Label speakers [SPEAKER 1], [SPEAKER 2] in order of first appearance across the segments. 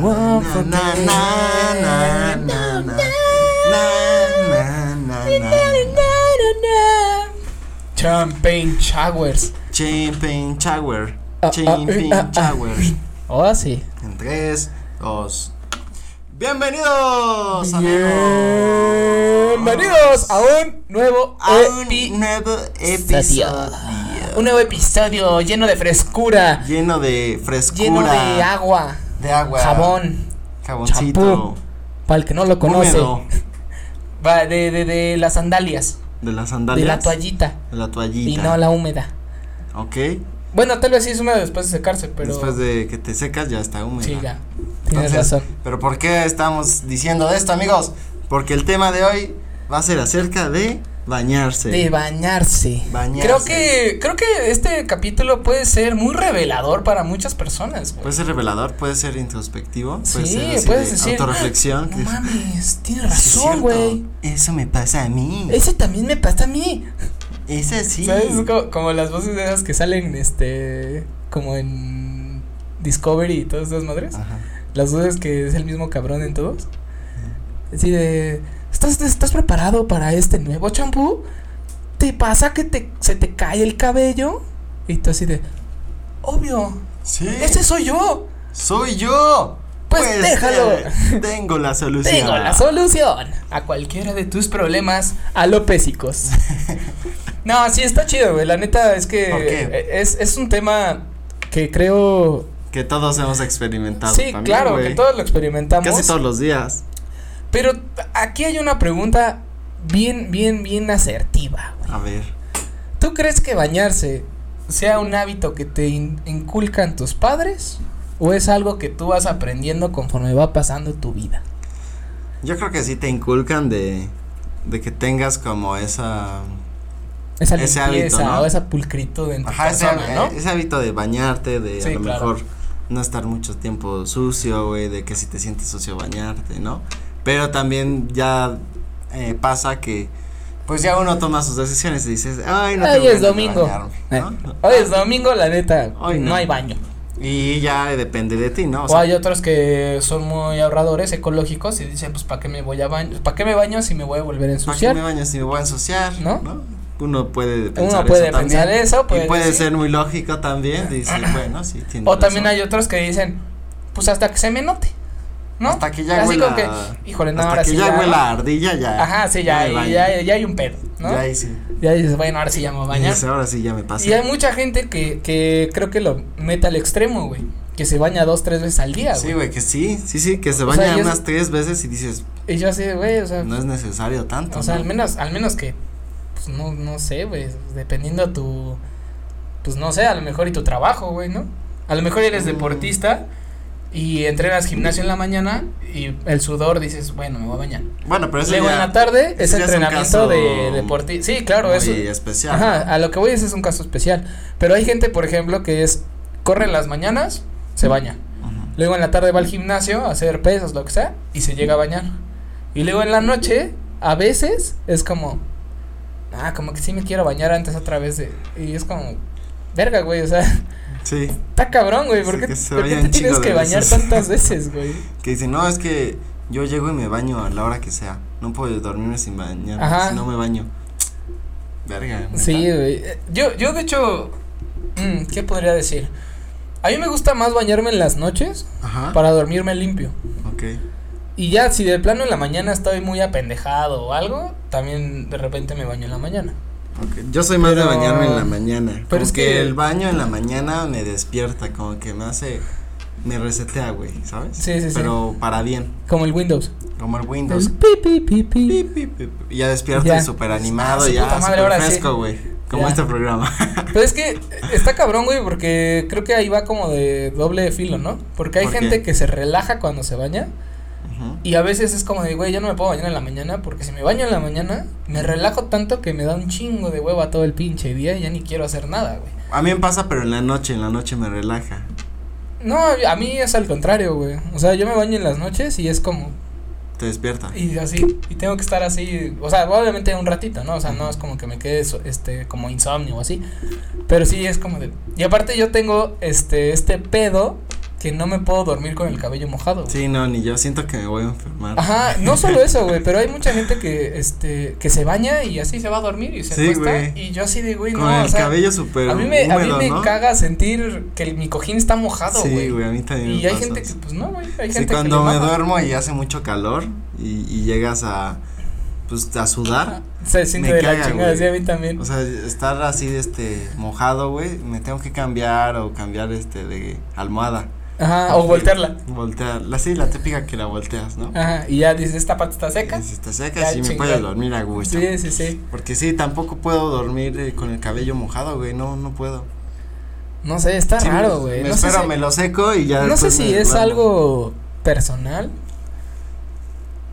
[SPEAKER 1] won't forget.
[SPEAKER 2] na, na, na, na, na. Na, na, na, na.
[SPEAKER 1] Champagne Showers.
[SPEAKER 2] Champagne Shower.
[SPEAKER 1] Ah, ah, ah,
[SPEAKER 2] Champagne
[SPEAKER 1] ah.
[SPEAKER 2] Shower.
[SPEAKER 1] Ahora sí.
[SPEAKER 2] En 3, 2. Bienvenidos, amigos.
[SPEAKER 1] Bienvenidos a un nuevo
[SPEAKER 2] a Eh, un
[SPEAKER 1] episodio.
[SPEAKER 2] nuevo episodio e-
[SPEAKER 1] Un nuevo episodio lleno de frescura,
[SPEAKER 2] lleno de frescura,
[SPEAKER 1] lleno de agua,
[SPEAKER 2] de agua,
[SPEAKER 1] jabón.
[SPEAKER 2] jaboncito,
[SPEAKER 1] champú, Para el que no lo conoce,
[SPEAKER 2] húmedo,
[SPEAKER 1] va de, de, de las sandalias,
[SPEAKER 2] de las sandalias,
[SPEAKER 1] de la toallita
[SPEAKER 2] de la
[SPEAKER 1] y
[SPEAKER 2] toallita.
[SPEAKER 1] no la húmeda.
[SPEAKER 2] Ok,
[SPEAKER 1] Bueno, tal vez sí es húmeda después de secarse, pero.
[SPEAKER 2] después de que te secas ya está húmedo.
[SPEAKER 1] Sí, ya. Tienes
[SPEAKER 2] Entonces,
[SPEAKER 1] razón.
[SPEAKER 2] Pero ¿por qué estamos diciendo de esto, amigos? Porque el tema de hoy va a ser acerca de bañarse.
[SPEAKER 1] De bañarse.
[SPEAKER 2] Bañarse.
[SPEAKER 1] Creo que creo que este capítulo puede ser muy revelador para muchas personas. güey.
[SPEAKER 2] Puede ser revelador, puede ser introspectivo,
[SPEAKER 1] Sí,
[SPEAKER 2] puede ser así
[SPEAKER 1] puedes
[SPEAKER 2] de
[SPEAKER 1] decir, "Ah,
[SPEAKER 2] autorreflexión.
[SPEAKER 1] no mames, tiene
[SPEAKER 2] Sí, es
[SPEAKER 1] razón,
[SPEAKER 2] cierto,
[SPEAKER 1] güey.
[SPEAKER 2] Eso me pasa a mí.
[SPEAKER 1] Ese también me pasa a mí.
[SPEAKER 2] Ese sí.
[SPEAKER 1] ¿Sabes? Como, como las voces de esas que salen este como en Discovery y todas esas madres.
[SPEAKER 2] Ajá.
[SPEAKER 1] Las voces que es el mismo cabrón en todos. Así de ¿Estás, estás preparado para este nuevo champú? ¿Te pasa que te, se te cae el cabello? Y tú así de Obvio,
[SPEAKER 2] Sí.
[SPEAKER 1] ¡Ese soy yo!
[SPEAKER 2] Soy yo.
[SPEAKER 1] Pues, déjalo.
[SPEAKER 2] eh, Tengo la solución.
[SPEAKER 1] Tengo la solución a cualquiera de tus problemas alopésicos. no, sí, está chido, güey. La neta es que
[SPEAKER 2] ¿Por qué?
[SPEAKER 1] eh, es, es un tema que creo...
[SPEAKER 2] Que todos hemos experimentado.
[SPEAKER 1] sí,
[SPEAKER 2] también,
[SPEAKER 1] claro,
[SPEAKER 2] güey.
[SPEAKER 1] que todos lo experimentamos.
[SPEAKER 2] Casi todos los días.
[SPEAKER 1] Pero aquí hay una pregunta bien, bien, bien asertiva, güey.
[SPEAKER 2] A ver.
[SPEAKER 1] ¿Tú crees que bañarse sea un hábito que te in- inculcan tus padres? ¿O es algo que tú vas aprendiendo conforme va pasando tu vida?
[SPEAKER 2] Yo creo que sí te inculcan de, de que tengas como esa.
[SPEAKER 1] Esa
[SPEAKER 2] Ese
[SPEAKER 1] limpieza
[SPEAKER 2] hábito, ¿no?
[SPEAKER 1] o esa pulcritud en tu
[SPEAKER 2] Ajá, ese, eh,
[SPEAKER 1] persona, ¿no?
[SPEAKER 2] ese hábito de bañarte, de
[SPEAKER 1] Sí,
[SPEAKER 2] a lo
[SPEAKER 1] claro.
[SPEAKER 2] mejor no estar mucho tiempo sucio, güey, de que si te sientes sucio bañarte, ¿no? Pero también ya eh, pasa que, pues ya uno toma sus decisiones y dices, ay, no
[SPEAKER 1] Hoy
[SPEAKER 2] tengo ganas
[SPEAKER 1] es
[SPEAKER 2] de
[SPEAKER 1] domingo.
[SPEAKER 2] bañarme", ¿no?
[SPEAKER 1] Eh, Hoy es domingo, la neta,
[SPEAKER 2] Ah, Hoy
[SPEAKER 1] no.
[SPEAKER 2] no.
[SPEAKER 1] hay baño.
[SPEAKER 2] Y ya depende de ti, ¿no? O
[SPEAKER 1] O,
[SPEAKER 2] sea,
[SPEAKER 1] hay otros que son muy ahorradores, ecológicos, y dicen, pues, ¿para qué me voy a baño? ¿Para qué me baño si me voy a volver a
[SPEAKER 2] ¿para qué me
[SPEAKER 1] ensuciar?
[SPEAKER 2] baño si me voy a ensuciar?
[SPEAKER 1] ¿No?
[SPEAKER 2] ¿No? Uno puede pensar
[SPEAKER 1] puede
[SPEAKER 2] eso
[SPEAKER 1] pensar
[SPEAKER 2] también.
[SPEAKER 1] eso, puede
[SPEAKER 2] y puede
[SPEAKER 1] decir-
[SPEAKER 2] ser muy lógico también, dices, bueno, sí, tiene
[SPEAKER 1] O también
[SPEAKER 2] razón.
[SPEAKER 1] hay otros que dicen, pues, hasta que se me note, ¿no?
[SPEAKER 2] Hasta que ya
[SPEAKER 1] Así
[SPEAKER 2] huela.
[SPEAKER 1] como que, híjole, no,
[SPEAKER 2] hasta
[SPEAKER 1] ahora
[SPEAKER 2] que
[SPEAKER 1] sí
[SPEAKER 2] ya,
[SPEAKER 1] ya-
[SPEAKER 2] huela a ardilla, ya.
[SPEAKER 1] Ajá, sí, ya,
[SPEAKER 2] me
[SPEAKER 1] ya,
[SPEAKER 2] baño.
[SPEAKER 1] ya, hay un pedo, ¿no?
[SPEAKER 2] Ya ahí sí.
[SPEAKER 1] Ya dices, bueno, ahora sí ya me voy a bañar.
[SPEAKER 2] Dices, ahora sí ya me pasa.
[SPEAKER 1] Y hay mucha gente que, que creo que lo mete al extremo, güey, que se baña dos, tres veces al día,
[SPEAKER 2] Sí,
[SPEAKER 1] güey.
[SPEAKER 2] güey, que sí, sí, sí, que se
[SPEAKER 1] O sea,
[SPEAKER 2] baña
[SPEAKER 1] yo-
[SPEAKER 2] unas tres veces y dices,
[SPEAKER 1] Y yo así, de, güey, o sea,
[SPEAKER 2] no es necesario tanto.
[SPEAKER 1] O sea,
[SPEAKER 2] ¿no?
[SPEAKER 1] al menos, al menos que, pues no, no sé, güey, dependiendo tu, pues no sé, a lo mejor y tu trabajo, güey, ¿no? A lo mejor eres
[SPEAKER 2] Mm.
[SPEAKER 1] deportista y entrenas gimnasio en la mañana y el sudor dices, bueno, me voy a bañar.
[SPEAKER 2] Bueno, pero eso
[SPEAKER 1] Luego
[SPEAKER 2] ya-
[SPEAKER 1] en la tarde
[SPEAKER 2] ese
[SPEAKER 1] es
[SPEAKER 2] ya es un
[SPEAKER 1] entrenamiento
[SPEAKER 2] caso
[SPEAKER 1] de deportista. Sí, claro,
[SPEAKER 2] muy
[SPEAKER 1] eso.
[SPEAKER 2] especial.
[SPEAKER 1] Ajá, a lo que voy es, es un caso especial. Pero hay gente, por ejemplo, que es, corre en las mañanas, se baña.
[SPEAKER 2] Ajá.
[SPEAKER 1] Luego en la tarde va al gimnasio a hacer pesas, lo que sea, y se llega a bañar. Y luego en la noche, a veces, es como, ah, como que sí me quiero bañar antes otra vez de. Y es como, verga, güey, o sea,
[SPEAKER 2] Sí,
[SPEAKER 1] está cabrón, güey, ¿por
[SPEAKER 2] Sí,
[SPEAKER 1] qué,
[SPEAKER 2] que se
[SPEAKER 1] por qué
[SPEAKER 2] baña
[SPEAKER 1] te
[SPEAKER 2] un chingo
[SPEAKER 1] tienes
[SPEAKER 2] de
[SPEAKER 1] que bañar
[SPEAKER 2] veces.
[SPEAKER 1] tantas veces, güey?
[SPEAKER 2] que dicen, no, es que yo llego y me baño a la hora que sea. No puedo dormirme sin bañarme,
[SPEAKER 1] Ajá.
[SPEAKER 2] si no me baño. Verga. neta.
[SPEAKER 1] Sí, güey. Eh, Yo, yo, de hecho, mm, ¿qué podría decir? A mí me gusta más bañarme en las noches
[SPEAKER 2] Ajá.
[SPEAKER 1] para dormirme limpio.
[SPEAKER 2] Ok.
[SPEAKER 1] Y ya, si de plano en la mañana estoy muy apendejado o algo, también de repente me baño en la mañana.
[SPEAKER 2] ok. Yo soy más
[SPEAKER 1] Pero-
[SPEAKER 2] de bañarme en la mañana.
[SPEAKER 1] pero
[SPEAKER 2] Pero
[SPEAKER 1] es
[SPEAKER 2] es
[SPEAKER 1] que-
[SPEAKER 2] que el baño en la mañana me despierta, como que me hace. Me resetea, güey, ¿sabes?
[SPEAKER 1] Sí, sí, sí.
[SPEAKER 2] Pero para bien,
[SPEAKER 1] Como el Windows.
[SPEAKER 2] como el Windows.
[SPEAKER 1] El pi, pi, pi, pi.
[SPEAKER 2] Pi, pi, pi, pi. Y Ya despierto
[SPEAKER 1] Ya.
[SPEAKER 2] y súper animado,
[SPEAKER 1] Ah, su
[SPEAKER 2] ya
[SPEAKER 1] puta madre,
[SPEAKER 2] súper
[SPEAKER 1] ahora sí.
[SPEAKER 2] fresco, güey. Como
[SPEAKER 1] Ya.
[SPEAKER 2] este programa.
[SPEAKER 1] Pero es que eh, está cabrón, güey, porque creo que ahí va como de doble filo, ¿no? Porque hay
[SPEAKER 2] ¿Por qué?
[SPEAKER 1] gente que se relaja cuando se baña
[SPEAKER 2] Ujú.
[SPEAKER 1] y a veces es como de, güey, yo no me puedo bañar en la mañana porque si me baño en la mañana me relajo tanto que me da un chingo de hueva todo el pinche día y ya ni quiero hacer nada, güey.
[SPEAKER 2] A mí me pasa, pero en la noche, en la noche me relaja.
[SPEAKER 1] No, a a mí es al contrario, güey. O sea, yo me baño en las noches y es como,
[SPEAKER 2] Te despierta.
[SPEAKER 1] y así, y tengo que estar así, o sea, obviamente un ratito, ¿no? O sea, no es como que me quede, so- este, como insomnio o así, pero sí es como de, y aparte yo tengo, este, este pedo que no me puedo dormir con el cabello mojado. güey.
[SPEAKER 2] Sí, no, ni yo siento que me voy a enfermar.
[SPEAKER 1] Ajá, no solo eso, güey, pero hay mucha gente que este que se baña y así se va a dormir y se
[SPEAKER 2] Sí,
[SPEAKER 1] acuesta
[SPEAKER 2] güey.
[SPEAKER 1] y yo así de güey,
[SPEAKER 2] Con
[SPEAKER 1] no,
[SPEAKER 2] el
[SPEAKER 1] o sea,
[SPEAKER 2] cabello súper
[SPEAKER 1] a mí me a mí
[SPEAKER 2] húmedo,
[SPEAKER 1] me
[SPEAKER 2] ¿no?
[SPEAKER 1] caga sentir que el- mi cojín está mojado,
[SPEAKER 2] Sí,
[SPEAKER 1] güey.
[SPEAKER 2] güey, a mí también
[SPEAKER 1] y
[SPEAKER 2] me
[SPEAKER 1] hay
[SPEAKER 2] pasa
[SPEAKER 1] gente que
[SPEAKER 2] eso.
[SPEAKER 1] pues no, güey, hay
[SPEAKER 2] Sí,
[SPEAKER 1] gente
[SPEAKER 2] cuando
[SPEAKER 1] que
[SPEAKER 2] me
[SPEAKER 1] le mama.
[SPEAKER 2] duermo y hace mucho calor y, y llegas a pues a sudar,
[SPEAKER 1] se siente
[SPEAKER 2] me
[SPEAKER 1] de la
[SPEAKER 2] caga,
[SPEAKER 1] chingada,
[SPEAKER 2] güey.
[SPEAKER 1] sí, a mí también.
[SPEAKER 2] o sea, estar así este mojado, güey, me tengo que cambiar o cambiar este de almohada.
[SPEAKER 1] Ajá, o voltearla.
[SPEAKER 2] Voltearla, sí, la típica que la volteas, ¿no?
[SPEAKER 1] Ajá, y ya dices, esta parte está Ah, seca.
[SPEAKER 2] Y Si está seca,
[SPEAKER 1] Ya,
[SPEAKER 2] sí me
[SPEAKER 1] chingón.
[SPEAKER 2] puedo dormir a gusto.
[SPEAKER 1] Sí, sí, sí.
[SPEAKER 2] Porque sí, tampoco puedo dormir eh, con el cabello mojado, güey, no no puedo.
[SPEAKER 1] No sé, está
[SPEAKER 2] Sí,
[SPEAKER 1] raro, güey.
[SPEAKER 2] Me
[SPEAKER 1] no sé
[SPEAKER 2] espero,
[SPEAKER 1] si-
[SPEAKER 2] me lo seco y ya
[SPEAKER 1] No sé
[SPEAKER 2] después
[SPEAKER 1] si
[SPEAKER 2] me
[SPEAKER 1] es
[SPEAKER 2] duermo.
[SPEAKER 1] algo personal.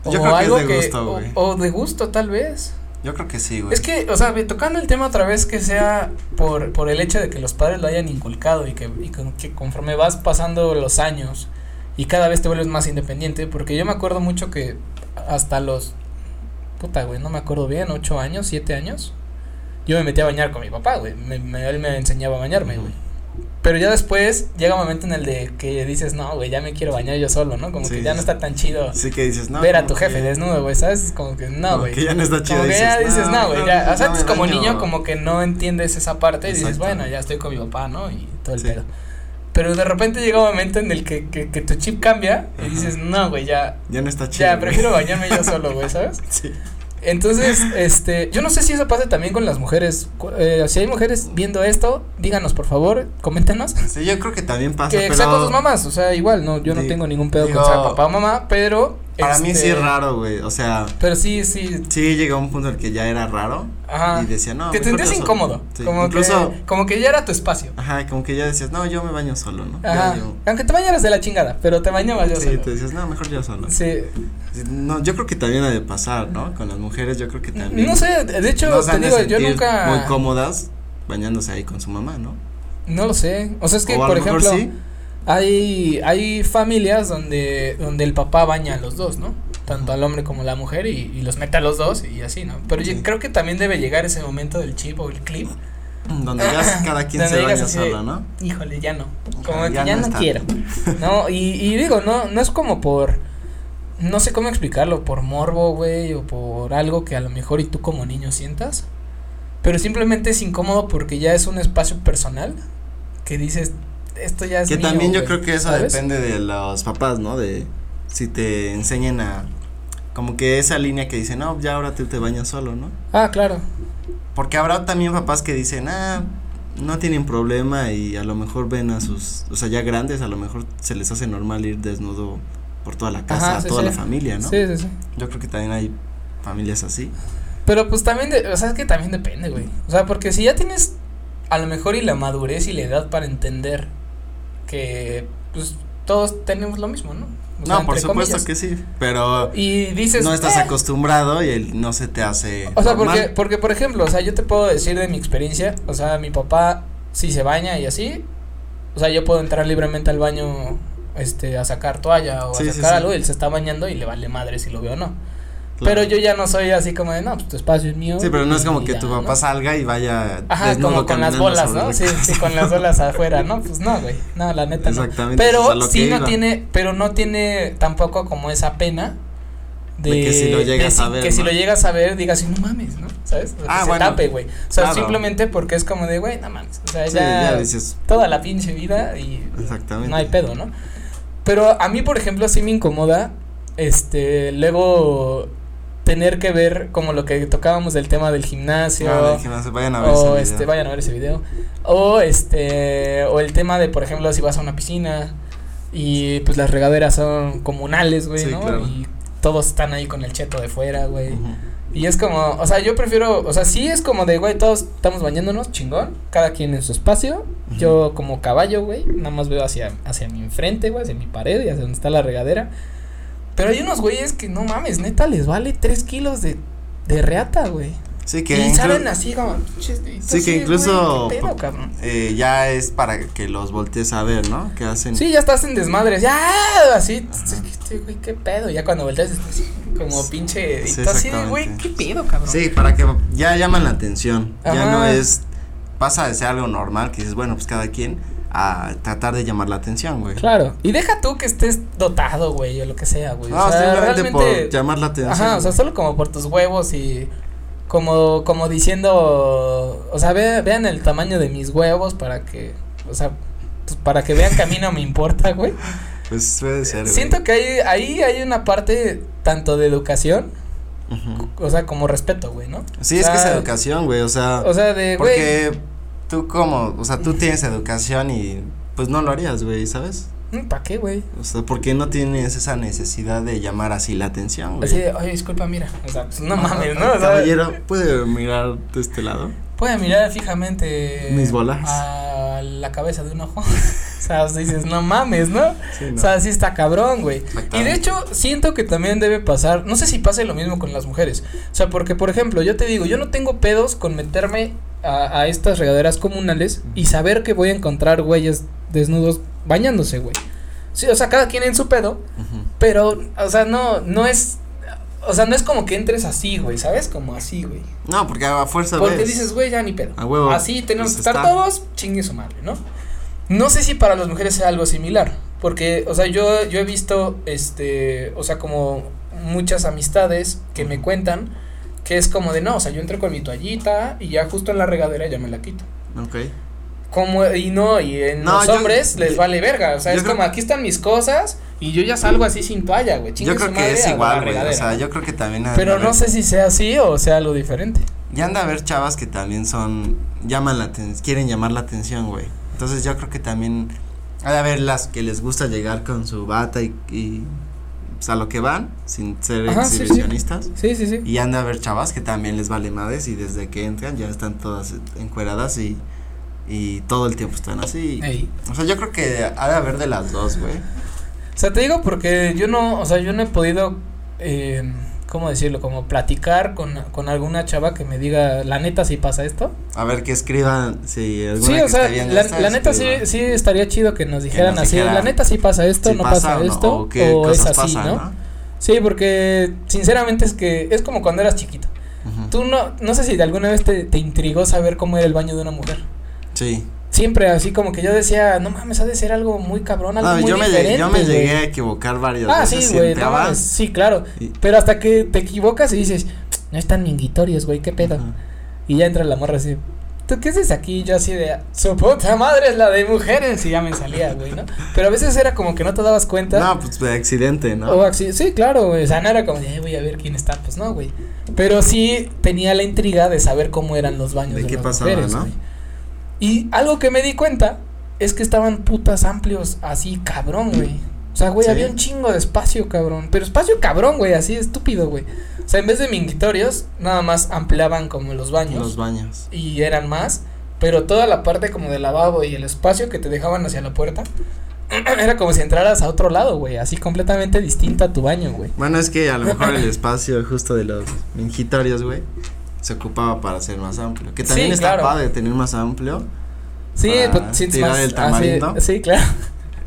[SPEAKER 2] Yo creo que es de gusto,
[SPEAKER 1] o-
[SPEAKER 2] güey.
[SPEAKER 1] O, de gusto, tal vez.
[SPEAKER 2] Yo creo que sí, güey.
[SPEAKER 1] Es que, o sea, ve, tocando el tema otra vez, que sea por, por el hecho de que los padres lo hayan inculcado y, que, y con- que conforme vas pasando los años y cada vez te vuelves más independiente, porque yo me acuerdo mucho que hasta los. Puta, güey, no me acuerdo bien, ocho años, siete años. Yo me metí a bañar con mi papá, güey. me- me- él me enseñaba a bañarme, güey. Pero ya después llega un momento en el de que dices, no, güey, ya me quiero bañar yo solo, ¿no? Como
[SPEAKER 2] Sí,
[SPEAKER 1] que ya
[SPEAKER 2] sí.
[SPEAKER 1] no está tan chido
[SPEAKER 2] Así que dices, no.
[SPEAKER 1] ver a
[SPEAKER 2] como
[SPEAKER 1] tu jefe
[SPEAKER 2] que-
[SPEAKER 1] desnudo, güey, ¿sabes? Como que no,
[SPEAKER 2] como
[SPEAKER 1] güey.
[SPEAKER 2] que ya no está chido.
[SPEAKER 1] Como que ya dices, no, güey, ya. O sea,
[SPEAKER 2] no
[SPEAKER 1] antes
[SPEAKER 2] me
[SPEAKER 1] como
[SPEAKER 2] baño".
[SPEAKER 1] niño como que no entiendes esa parte y dices,
[SPEAKER 2] Exacto.
[SPEAKER 1] bueno, ya estoy con mi papá, ¿no? Y todo el
[SPEAKER 2] Sí.
[SPEAKER 1] pedo. Pero de repente llega un momento en el que, que, que tu chip cambia y
[SPEAKER 2] Ajá.
[SPEAKER 1] dices, no, güey, ya,
[SPEAKER 2] Ya no está chido.
[SPEAKER 1] ya,
[SPEAKER 2] güey.
[SPEAKER 1] prefiero bañarme yo solo, güey, ¿sabes?
[SPEAKER 2] Sí.
[SPEAKER 1] Entonces, este, yo no sé si eso pasa también con las mujeres. Cu- eh, si hay mujeres viendo esto, díganos, por favor, coméntenos.
[SPEAKER 2] Ah, Sí, yo creo que también pasa.
[SPEAKER 1] Que
[SPEAKER 2] pero
[SPEAKER 1] sea con sus mamás, o sea, igual, no, yo no
[SPEAKER 2] Di-
[SPEAKER 1] tengo ningún pedo
[SPEAKER 2] digo,
[SPEAKER 1] con sea papá o mamá, pero.
[SPEAKER 2] Para mí sí
[SPEAKER 1] este,
[SPEAKER 2] es raro, güey. O sea,
[SPEAKER 1] Pero sí, sí,
[SPEAKER 2] sí llegó un punto en el que ya era raro.
[SPEAKER 1] Ajá.
[SPEAKER 2] Y decía, no.
[SPEAKER 1] Ah, Te
[SPEAKER 2] mejor
[SPEAKER 1] sentías
[SPEAKER 2] yo solo".
[SPEAKER 1] incómodo.
[SPEAKER 2] Ah, Sí,
[SPEAKER 1] Como,
[SPEAKER 2] incluso.
[SPEAKER 1] que, como que ya era tu espacio.
[SPEAKER 2] Ajá, como que ya decías, no, yo me baño solo, ¿no? Ya
[SPEAKER 1] Ajá.
[SPEAKER 2] yo-
[SPEAKER 1] Aunque te bañaras de la chingada, pero te bañabas yo
[SPEAKER 2] sí,
[SPEAKER 1] solo.
[SPEAKER 2] te decías, no, mejor yo solo.
[SPEAKER 1] Sí.
[SPEAKER 2] No, yo creo que también ha de pasar, ¿no? Con las mujeres, yo creo que también.
[SPEAKER 1] No sé, de hecho,
[SPEAKER 2] nos
[SPEAKER 1] te
[SPEAKER 2] han de
[SPEAKER 1] digo, yo
[SPEAKER 2] sentir
[SPEAKER 1] nunca.
[SPEAKER 2] Muy cómodas bañándose ahí con su mamá, ¿no?
[SPEAKER 1] No lo sé. O sea, es que,
[SPEAKER 2] o a
[SPEAKER 1] por
[SPEAKER 2] lo mejor
[SPEAKER 1] ejemplo,
[SPEAKER 2] sí.
[SPEAKER 1] hay, hay familias donde, donde el papá baña a los dos, ¿no? Tanto al hombre como a la mujer y, y los mete a los dos y así, ¿no? Pero yo
[SPEAKER 2] Sí.
[SPEAKER 1] creo que también debe llegar ese momento del chip o el clip.
[SPEAKER 2] Donde ya cada quien
[SPEAKER 1] Donde
[SPEAKER 2] se
[SPEAKER 1] digas
[SPEAKER 2] baña
[SPEAKER 1] así de-
[SPEAKER 2] solo, ¿no?
[SPEAKER 1] Híjole, ya no. Como
[SPEAKER 2] Ajá,
[SPEAKER 1] que
[SPEAKER 2] ya
[SPEAKER 1] ya
[SPEAKER 2] no
[SPEAKER 1] no
[SPEAKER 2] está.
[SPEAKER 1] quiero. No, y, y digo, no, no es como por. No sé cómo explicarlo, por morbo, güey, o por algo que a lo mejor y tú como niño sientas. Pero simplemente es incómodo porque ya es un espacio personal que dices, esto ya es.
[SPEAKER 2] Que
[SPEAKER 1] mío,
[SPEAKER 2] también yo
[SPEAKER 1] güey",
[SPEAKER 2] creo que eso
[SPEAKER 1] ¿sabes?
[SPEAKER 2] depende de los papás, ¿no? De si te enseñen a como que esa línea que dicen, "No, ya ahora tú te bañas solo", ¿no?
[SPEAKER 1] Ah, claro.
[SPEAKER 2] Porque habrá también papás que dicen, "Ah, no tienen problema" y a lo mejor ven a sus, o sea, ya grandes, a lo mejor se les hace normal ir desnudo por toda la casa,
[SPEAKER 1] Ajá,
[SPEAKER 2] a
[SPEAKER 1] sí,
[SPEAKER 2] toda
[SPEAKER 1] sí.
[SPEAKER 2] la familia, ¿no?
[SPEAKER 1] Sí, sí, sí.
[SPEAKER 2] Yo creo que también hay familias así.
[SPEAKER 1] Pero pues también, de- o sea, es que también depende, güey. O sea, porque si ya tienes a lo mejor y la madurez y la edad para entender que pues todos tenemos lo mismo, ¿no? O sea,
[SPEAKER 2] no, por
[SPEAKER 1] entre
[SPEAKER 2] supuesto
[SPEAKER 1] comillas.
[SPEAKER 2] que sí, pero
[SPEAKER 1] Y dices...
[SPEAKER 2] no estás
[SPEAKER 1] "Eh".
[SPEAKER 2] acostumbrado y el- no se te hace
[SPEAKER 1] O sea,
[SPEAKER 2] normal.
[SPEAKER 1] porque, porque, por ejemplo, o sea, yo te puedo decir de mi experiencia, o sea, mi papá si se baña y así, o sea, yo puedo entrar libremente al baño, este, a sacar toalla o
[SPEAKER 2] Sí,
[SPEAKER 1] a
[SPEAKER 2] sí,
[SPEAKER 1] sacar
[SPEAKER 2] sí.
[SPEAKER 1] algo, y él se está bañando y le vale madre si lo veo o no.
[SPEAKER 2] Claro.
[SPEAKER 1] Pero yo ya no soy así como de, no, pues tu espacio es mío.
[SPEAKER 2] Sí, pero no es como
[SPEAKER 1] y
[SPEAKER 2] que
[SPEAKER 1] ya,
[SPEAKER 2] tu
[SPEAKER 1] ¿no?
[SPEAKER 2] papá salga y vaya
[SPEAKER 1] Ajá,
[SPEAKER 2] desnudo
[SPEAKER 1] como con las
[SPEAKER 2] caminando
[SPEAKER 1] bolas,
[SPEAKER 2] sobre
[SPEAKER 1] ¿no?
[SPEAKER 2] la
[SPEAKER 1] Sí,
[SPEAKER 2] casa.
[SPEAKER 1] sí, con las bolas afuera, ¿no? Pues no, güey. No, la neta no.
[SPEAKER 2] Exactamente. eso es a
[SPEAKER 1] Pero
[SPEAKER 2] lo
[SPEAKER 1] sí
[SPEAKER 2] que
[SPEAKER 1] no
[SPEAKER 2] iba.
[SPEAKER 1] tiene, pero no tiene tampoco como esa pena de,
[SPEAKER 2] De que si lo llegas
[SPEAKER 1] de
[SPEAKER 2] a
[SPEAKER 1] si-
[SPEAKER 2] ver,
[SPEAKER 1] Que si
[SPEAKER 2] ¿no?
[SPEAKER 1] lo llegas a ver, digas, "Y no mames, ¿no? ¿Sabes? O sea,
[SPEAKER 2] Ah,
[SPEAKER 1] que
[SPEAKER 2] bueno,
[SPEAKER 1] se tape, güey. O sea,
[SPEAKER 2] claro.
[SPEAKER 1] simplemente porque es como de, güey, no mames. O sea,
[SPEAKER 2] Sí,
[SPEAKER 1] ya,
[SPEAKER 2] ya dices.
[SPEAKER 1] toda la pinche vida y
[SPEAKER 2] Exactamente.
[SPEAKER 1] no hay pedo, ¿no? Pero a mí, por ejemplo, sí me incomoda, este, luego tener que ver como lo que tocábamos del tema del gimnasio
[SPEAKER 2] Ah, del gimnasio, vayan a ver ese
[SPEAKER 1] o
[SPEAKER 2] video.
[SPEAKER 1] este vayan a ver ese video o este o el tema de por ejemplo si vas a una piscina y pues las regaderas son comunales güey
[SPEAKER 2] Sí,
[SPEAKER 1] no
[SPEAKER 2] claro.
[SPEAKER 1] y todos están ahí con el cheto de fuera güey
[SPEAKER 2] Ujú.
[SPEAKER 1] y es como o sea yo prefiero o sea sí es como de güey todos estamos bañándonos chingón cada quien en su espacio
[SPEAKER 2] Ujú.
[SPEAKER 1] yo como caballo güey nada más veo hacia hacia mi enfrente güey hacia mi pared y hacia donde está la regadera pero hay unos güeyes que no mames neta les vale tres kilos de de reata güey
[SPEAKER 2] Sí, que
[SPEAKER 1] y
[SPEAKER 2] inclu-
[SPEAKER 1] salen así como. "Pinches deditos",
[SPEAKER 2] Sí, que
[SPEAKER 1] güey,
[SPEAKER 2] incluso
[SPEAKER 1] ¿qué pedo,
[SPEAKER 2] po-
[SPEAKER 1] cabrón?
[SPEAKER 2] eh, ya es para que los voltees a ver, ¿no? Que hacen.
[SPEAKER 1] Sí, ya estás en desmadres. Ya, así.
[SPEAKER 2] Ajá.
[SPEAKER 1] sí, sí, Güey, qué pedo. Ya cuando volteas, estás así, como pinche.
[SPEAKER 2] Sí,
[SPEAKER 1] dedito así de,
[SPEAKER 2] exactamente.
[SPEAKER 1] güey, qué pedo, cabrón.
[SPEAKER 2] Sí, para que ya llaman la atención. Ya
[SPEAKER 1] Ajá.
[SPEAKER 2] no es pasa de ser algo normal que dices, bueno, pues cada quien a tratar de llamar la atención, güey.
[SPEAKER 1] Claro. Y deja tú que estés dotado, güey, o lo que sea, güey.
[SPEAKER 2] No,
[SPEAKER 1] o sea,
[SPEAKER 2] Ah, simplemente por llamar la atención.
[SPEAKER 1] Ajá, o sea, solo como por tus huevos y como como diciendo, o sea, ve- vean el tamaño de mis huevos para que, o sea, pues, para que vean que a mí no me importa, güey.
[SPEAKER 2] pues puede ser, güey.
[SPEAKER 1] Siento que hay, ahí hay una parte tanto de educación,
[SPEAKER 2] Ujú.
[SPEAKER 1] o sea, como respeto, güey, ¿no?
[SPEAKER 2] Sí,
[SPEAKER 1] O
[SPEAKER 2] es que es
[SPEAKER 1] sea,
[SPEAKER 2] educación, güey, o sea,
[SPEAKER 1] O sea, de, güey,
[SPEAKER 2] porque tú como, o sea, tú tienes educación y pues no lo harías, güey, ¿sabes?
[SPEAKER 1] ¿para mm, qué, güey?
[SPEAKER 2] O sea, porque no tienes esa necesidad de llamar así la atención, güey.
[SPEAKER 1] Así de, oye, disculpa, mira, o sea, pues no mames, ¿no? O sea,
[SPEAKER 2] Caballero, ¿puede mirar de este lado?
[SPEAKER 1] Puede mirar fijamente.
[SPEAKER 2] Mis bolas.
[SPEAKER 1] A la cabeza de un ojo. o sea, dices, no mames, ¿no?
[SPEAKER 2] Sí,
[SPEAKER 1] O
[SPEAKER 2] no.
[SPEAKER 1] sea, sí está cabrón, güey. Y de
[SPEAKER 2] Exactamente.
[SPEAKER 1] hecho, siento que también debe pasar, no sé si pase lo mismo con las mujeres. O sea, porque, por ejemplo, yo te digo, yo no tengo pedos con meterme a, a estas regaderas comunales y saber que voy a encontrar güeyes desnudos bañándose, güey. Sí, o sea, cada quien en su pedo,
[SPEAKER 2] Ujú.
[SPEAKER 1] pero, o sea, no, no es, o sea, no es como que entres así, güey, ¿sabes? Como así, güey.
[SPEAKER 2] No, porque a fuerza
[SPEAKER 1] Porque
[SPEAKER 2] ves.
[SPEAKER 1] dices, güey, ya ni pedo.
[SPEAKER 2] A huevo.
[SPEAKER 1] Así tenemos
[SPEAKER 2] Pues
[SPEAKER 1] que estar
[SPEAKER 2] está.
[SPEAKER 1] todos, chingue su madre, ¿no? No sé si para las mujeres sea algo similar, porque, o sea, yo, yo he visto, este, o sea, como muchas amistades que me cuentan que es como de, no, o sea, yo entro con mi toallita y ya justo en la regadera ya me la quito.
[SPEAKER 2] Ok.
[SPEAKER 1] Como, y no, y en
[SPEAKER 2] No,
[SPEAKER 1] los
[SPEAKER 2] yo-
[SPEAKER 1] hombres les
[SPEAKER 2] yo-
[SPEAKER 1] vale verga, o sea,
[SPEAKER 2] yo
[SPEAKER 1] es
[SPEAKER 2] creo-
[SPEAKER 1] como, aquí están mis cosas y yo ya salgo así sin toalla, güey, chingue
[SPEAKER 2] Yo creo
[SPEAKER 1] su
[SPEAKER 2] que
[SPEAKER 1] madre
[SPEAKER 2] es
[SPEAKER 1] a la
[SPEAKER 2] igual, güey. O
[SPEAKER 1] regadera,
[SPEAKER 2] sea,
[SPEAKER 1] ¿no?
[SPEAKER 2] yo creo que también. han de
[SPEAKER 1] Pero
[SPEAKER 2] haber-
[SPEAKER 1] no sé si sea así o sea algo diferente.
[SPEAKER 2] Ya anda a haber chavas que también son. Llaman la aten- Quieren llamar la atención, güey. Entonces yo creo que también. Ha de haber las que les gusta llegar con su bata y. y pues, a lo que van, sin ser
[SPEAKER 1] Ajá, sí, sí.
[SPEAKER 2] exhibicionistas.
[SPEAKER 1] Sí, sí, sí.
[SPEAKER 2] Y anda a haber chavas que también les vale madres y desde que entran ya están todas encueradas y. Y todo el tiempo están así.
[SPEAKER 1] Ey.
[SPEAKER 2] O sea, yo creo que ha de haber de las dos, güey.
[SPEAKER 1] O sea, te digo porque yo no, o sea, yo no he podido, eh, ¿cómo decirlo? Como platicar con, con alguna chava que me diga, la neta, si pasa esto.
[SPEAKER 2] A ver que escriban si alguna
[SPEAKER 1] Sí,
[SPEAKER 2] que
[SPEAKER 1] o sea,
[SPEAKER 2] esté viendo
[SPEAKER 1] la,
[SPEAKER 2] esta,
[SPEAKER 1] la neta sí,
[SPEAKER 2] escriba.
[SPEAKER 1] sí estaría chido que nos dijeran
[SPEAKER 2] nos
[SPEAKER 1] así,
[SPEAKER 2] dijeran
[SPEAKER 1] la neta, si pasa esto,
[SPEAKER 2] Si
[SPEAKER 1] no pasa,
[SPEAKER 2] o no,
[SPEAKER 1] esto,
[SPEAKER 2] o qué
[SPEAKER 1] o es
[SPEAKER 2] cosas
[SPEAKER 1] así,
[SPEAKER 2] pasan,
[SPEAKER 1] ¿no? Sí, porque sinceramente es que es como cuando eras chiquito.
[SPEAKER 2] Ujú.
[SPEAKER 1] Tú no, no sé si de alguna vez te, te intrigó saber cómo era el baño de una mujer.
[SPEAKER 2] Sí.
[SPEAKER 1] Siempre así como que yo decía, no mames, ha de ser algo muy cabrón, algo
[SPEAKER 2] No,
[SPEAKER 1] muy
[SPEAKER 2] yo, me
[SPEAKER 1] diferente.
[SPEAKER 2] llegué, yo me
[SPEAKER 1] güey".
[SPEAKER 2] llegué a equivocar varias
[SPEAKER 1] Ah,
[SPEAKER 2] veces.
[SPEAKER 1] sí, güey,
[SPEAKER 2] siempre
[SPEAKER 1] no
[SPEAKER 2] abajo.
[SPEAKER 1] mames, sí, claro.
[SPEAKER 2] Y-
[SPEAKER 1] Pero hasta que te equivocas y dices, no están minguitorios, güey, qué pedo.
[SPEAKER 2] Ajá.
[SPEAKER 1] Y ya entra la morra así, ¿tú qué haces aquí? Yo así de, su puta madre es la de mujeres. Y ya me salía, güey, ¿no? Pero a veces era como que no te dabas cuenta.
[SPEAKER 2] No, pues de accidente, ¿no?
[SPEAKER 1] O así, sí, claro, güey. O sea, no era como de, "Ay, voy a ver quién está. Pues no, güey. Pero sí tenía la intriga de saber cómo eran los baños.
[SPEAKER 2] De
[SPEAKER 1] De,
[SPEAKER 2] qué
[SPEAKER 1] las
[SPEAKER 2] pasaba,
[SPEAKER 1] mujeres,
[SPEAKER 2] ¿no?
[SPEAKER 1] güey. Y algo que me di cuenta es que estaban putas amplios así, cabrón, güey. O sea, güey,
[SPEAKER 2] Sí.
[SPEAKER 1] había un chingo de espacio, cabrón. Pero espacio cabrón, güey, así estúpido, güey. O sea, en vez de minguitorios, nada más ampliaban como los baños.
[SPEAKER 2] Los baños.
[SPEAKER 1] y eran más. Pero toda la parte como del lavabo y el espacio que te dejaban hacia la puerta. Era como si entraras a otro lado, güey. Así completamente distinto a tu baño, güey.
[SPEAKER 2] Bueno, es que a lo mejor el espacio justo de los mingitorios, güey, se ocupaba para ser más amplio. Que
[SPEAKER 1] Sí,
[SPEAKER 2] también está
[SPEAKER 1] claro.
[SPEAKER 2] padre tener más amplio.
[SPEAKER 1] Sí,
[SPEAKER 2] Para
[SPEAKER 1] pues, sientes
[SPEAKER 2] tirar
[SPEAKER 1] más.
[SPEAKER 2] el
[SPEAKER 1] así-
[SPEAKER 2] tamarindo.
[SPEAKER 1] sí, claro.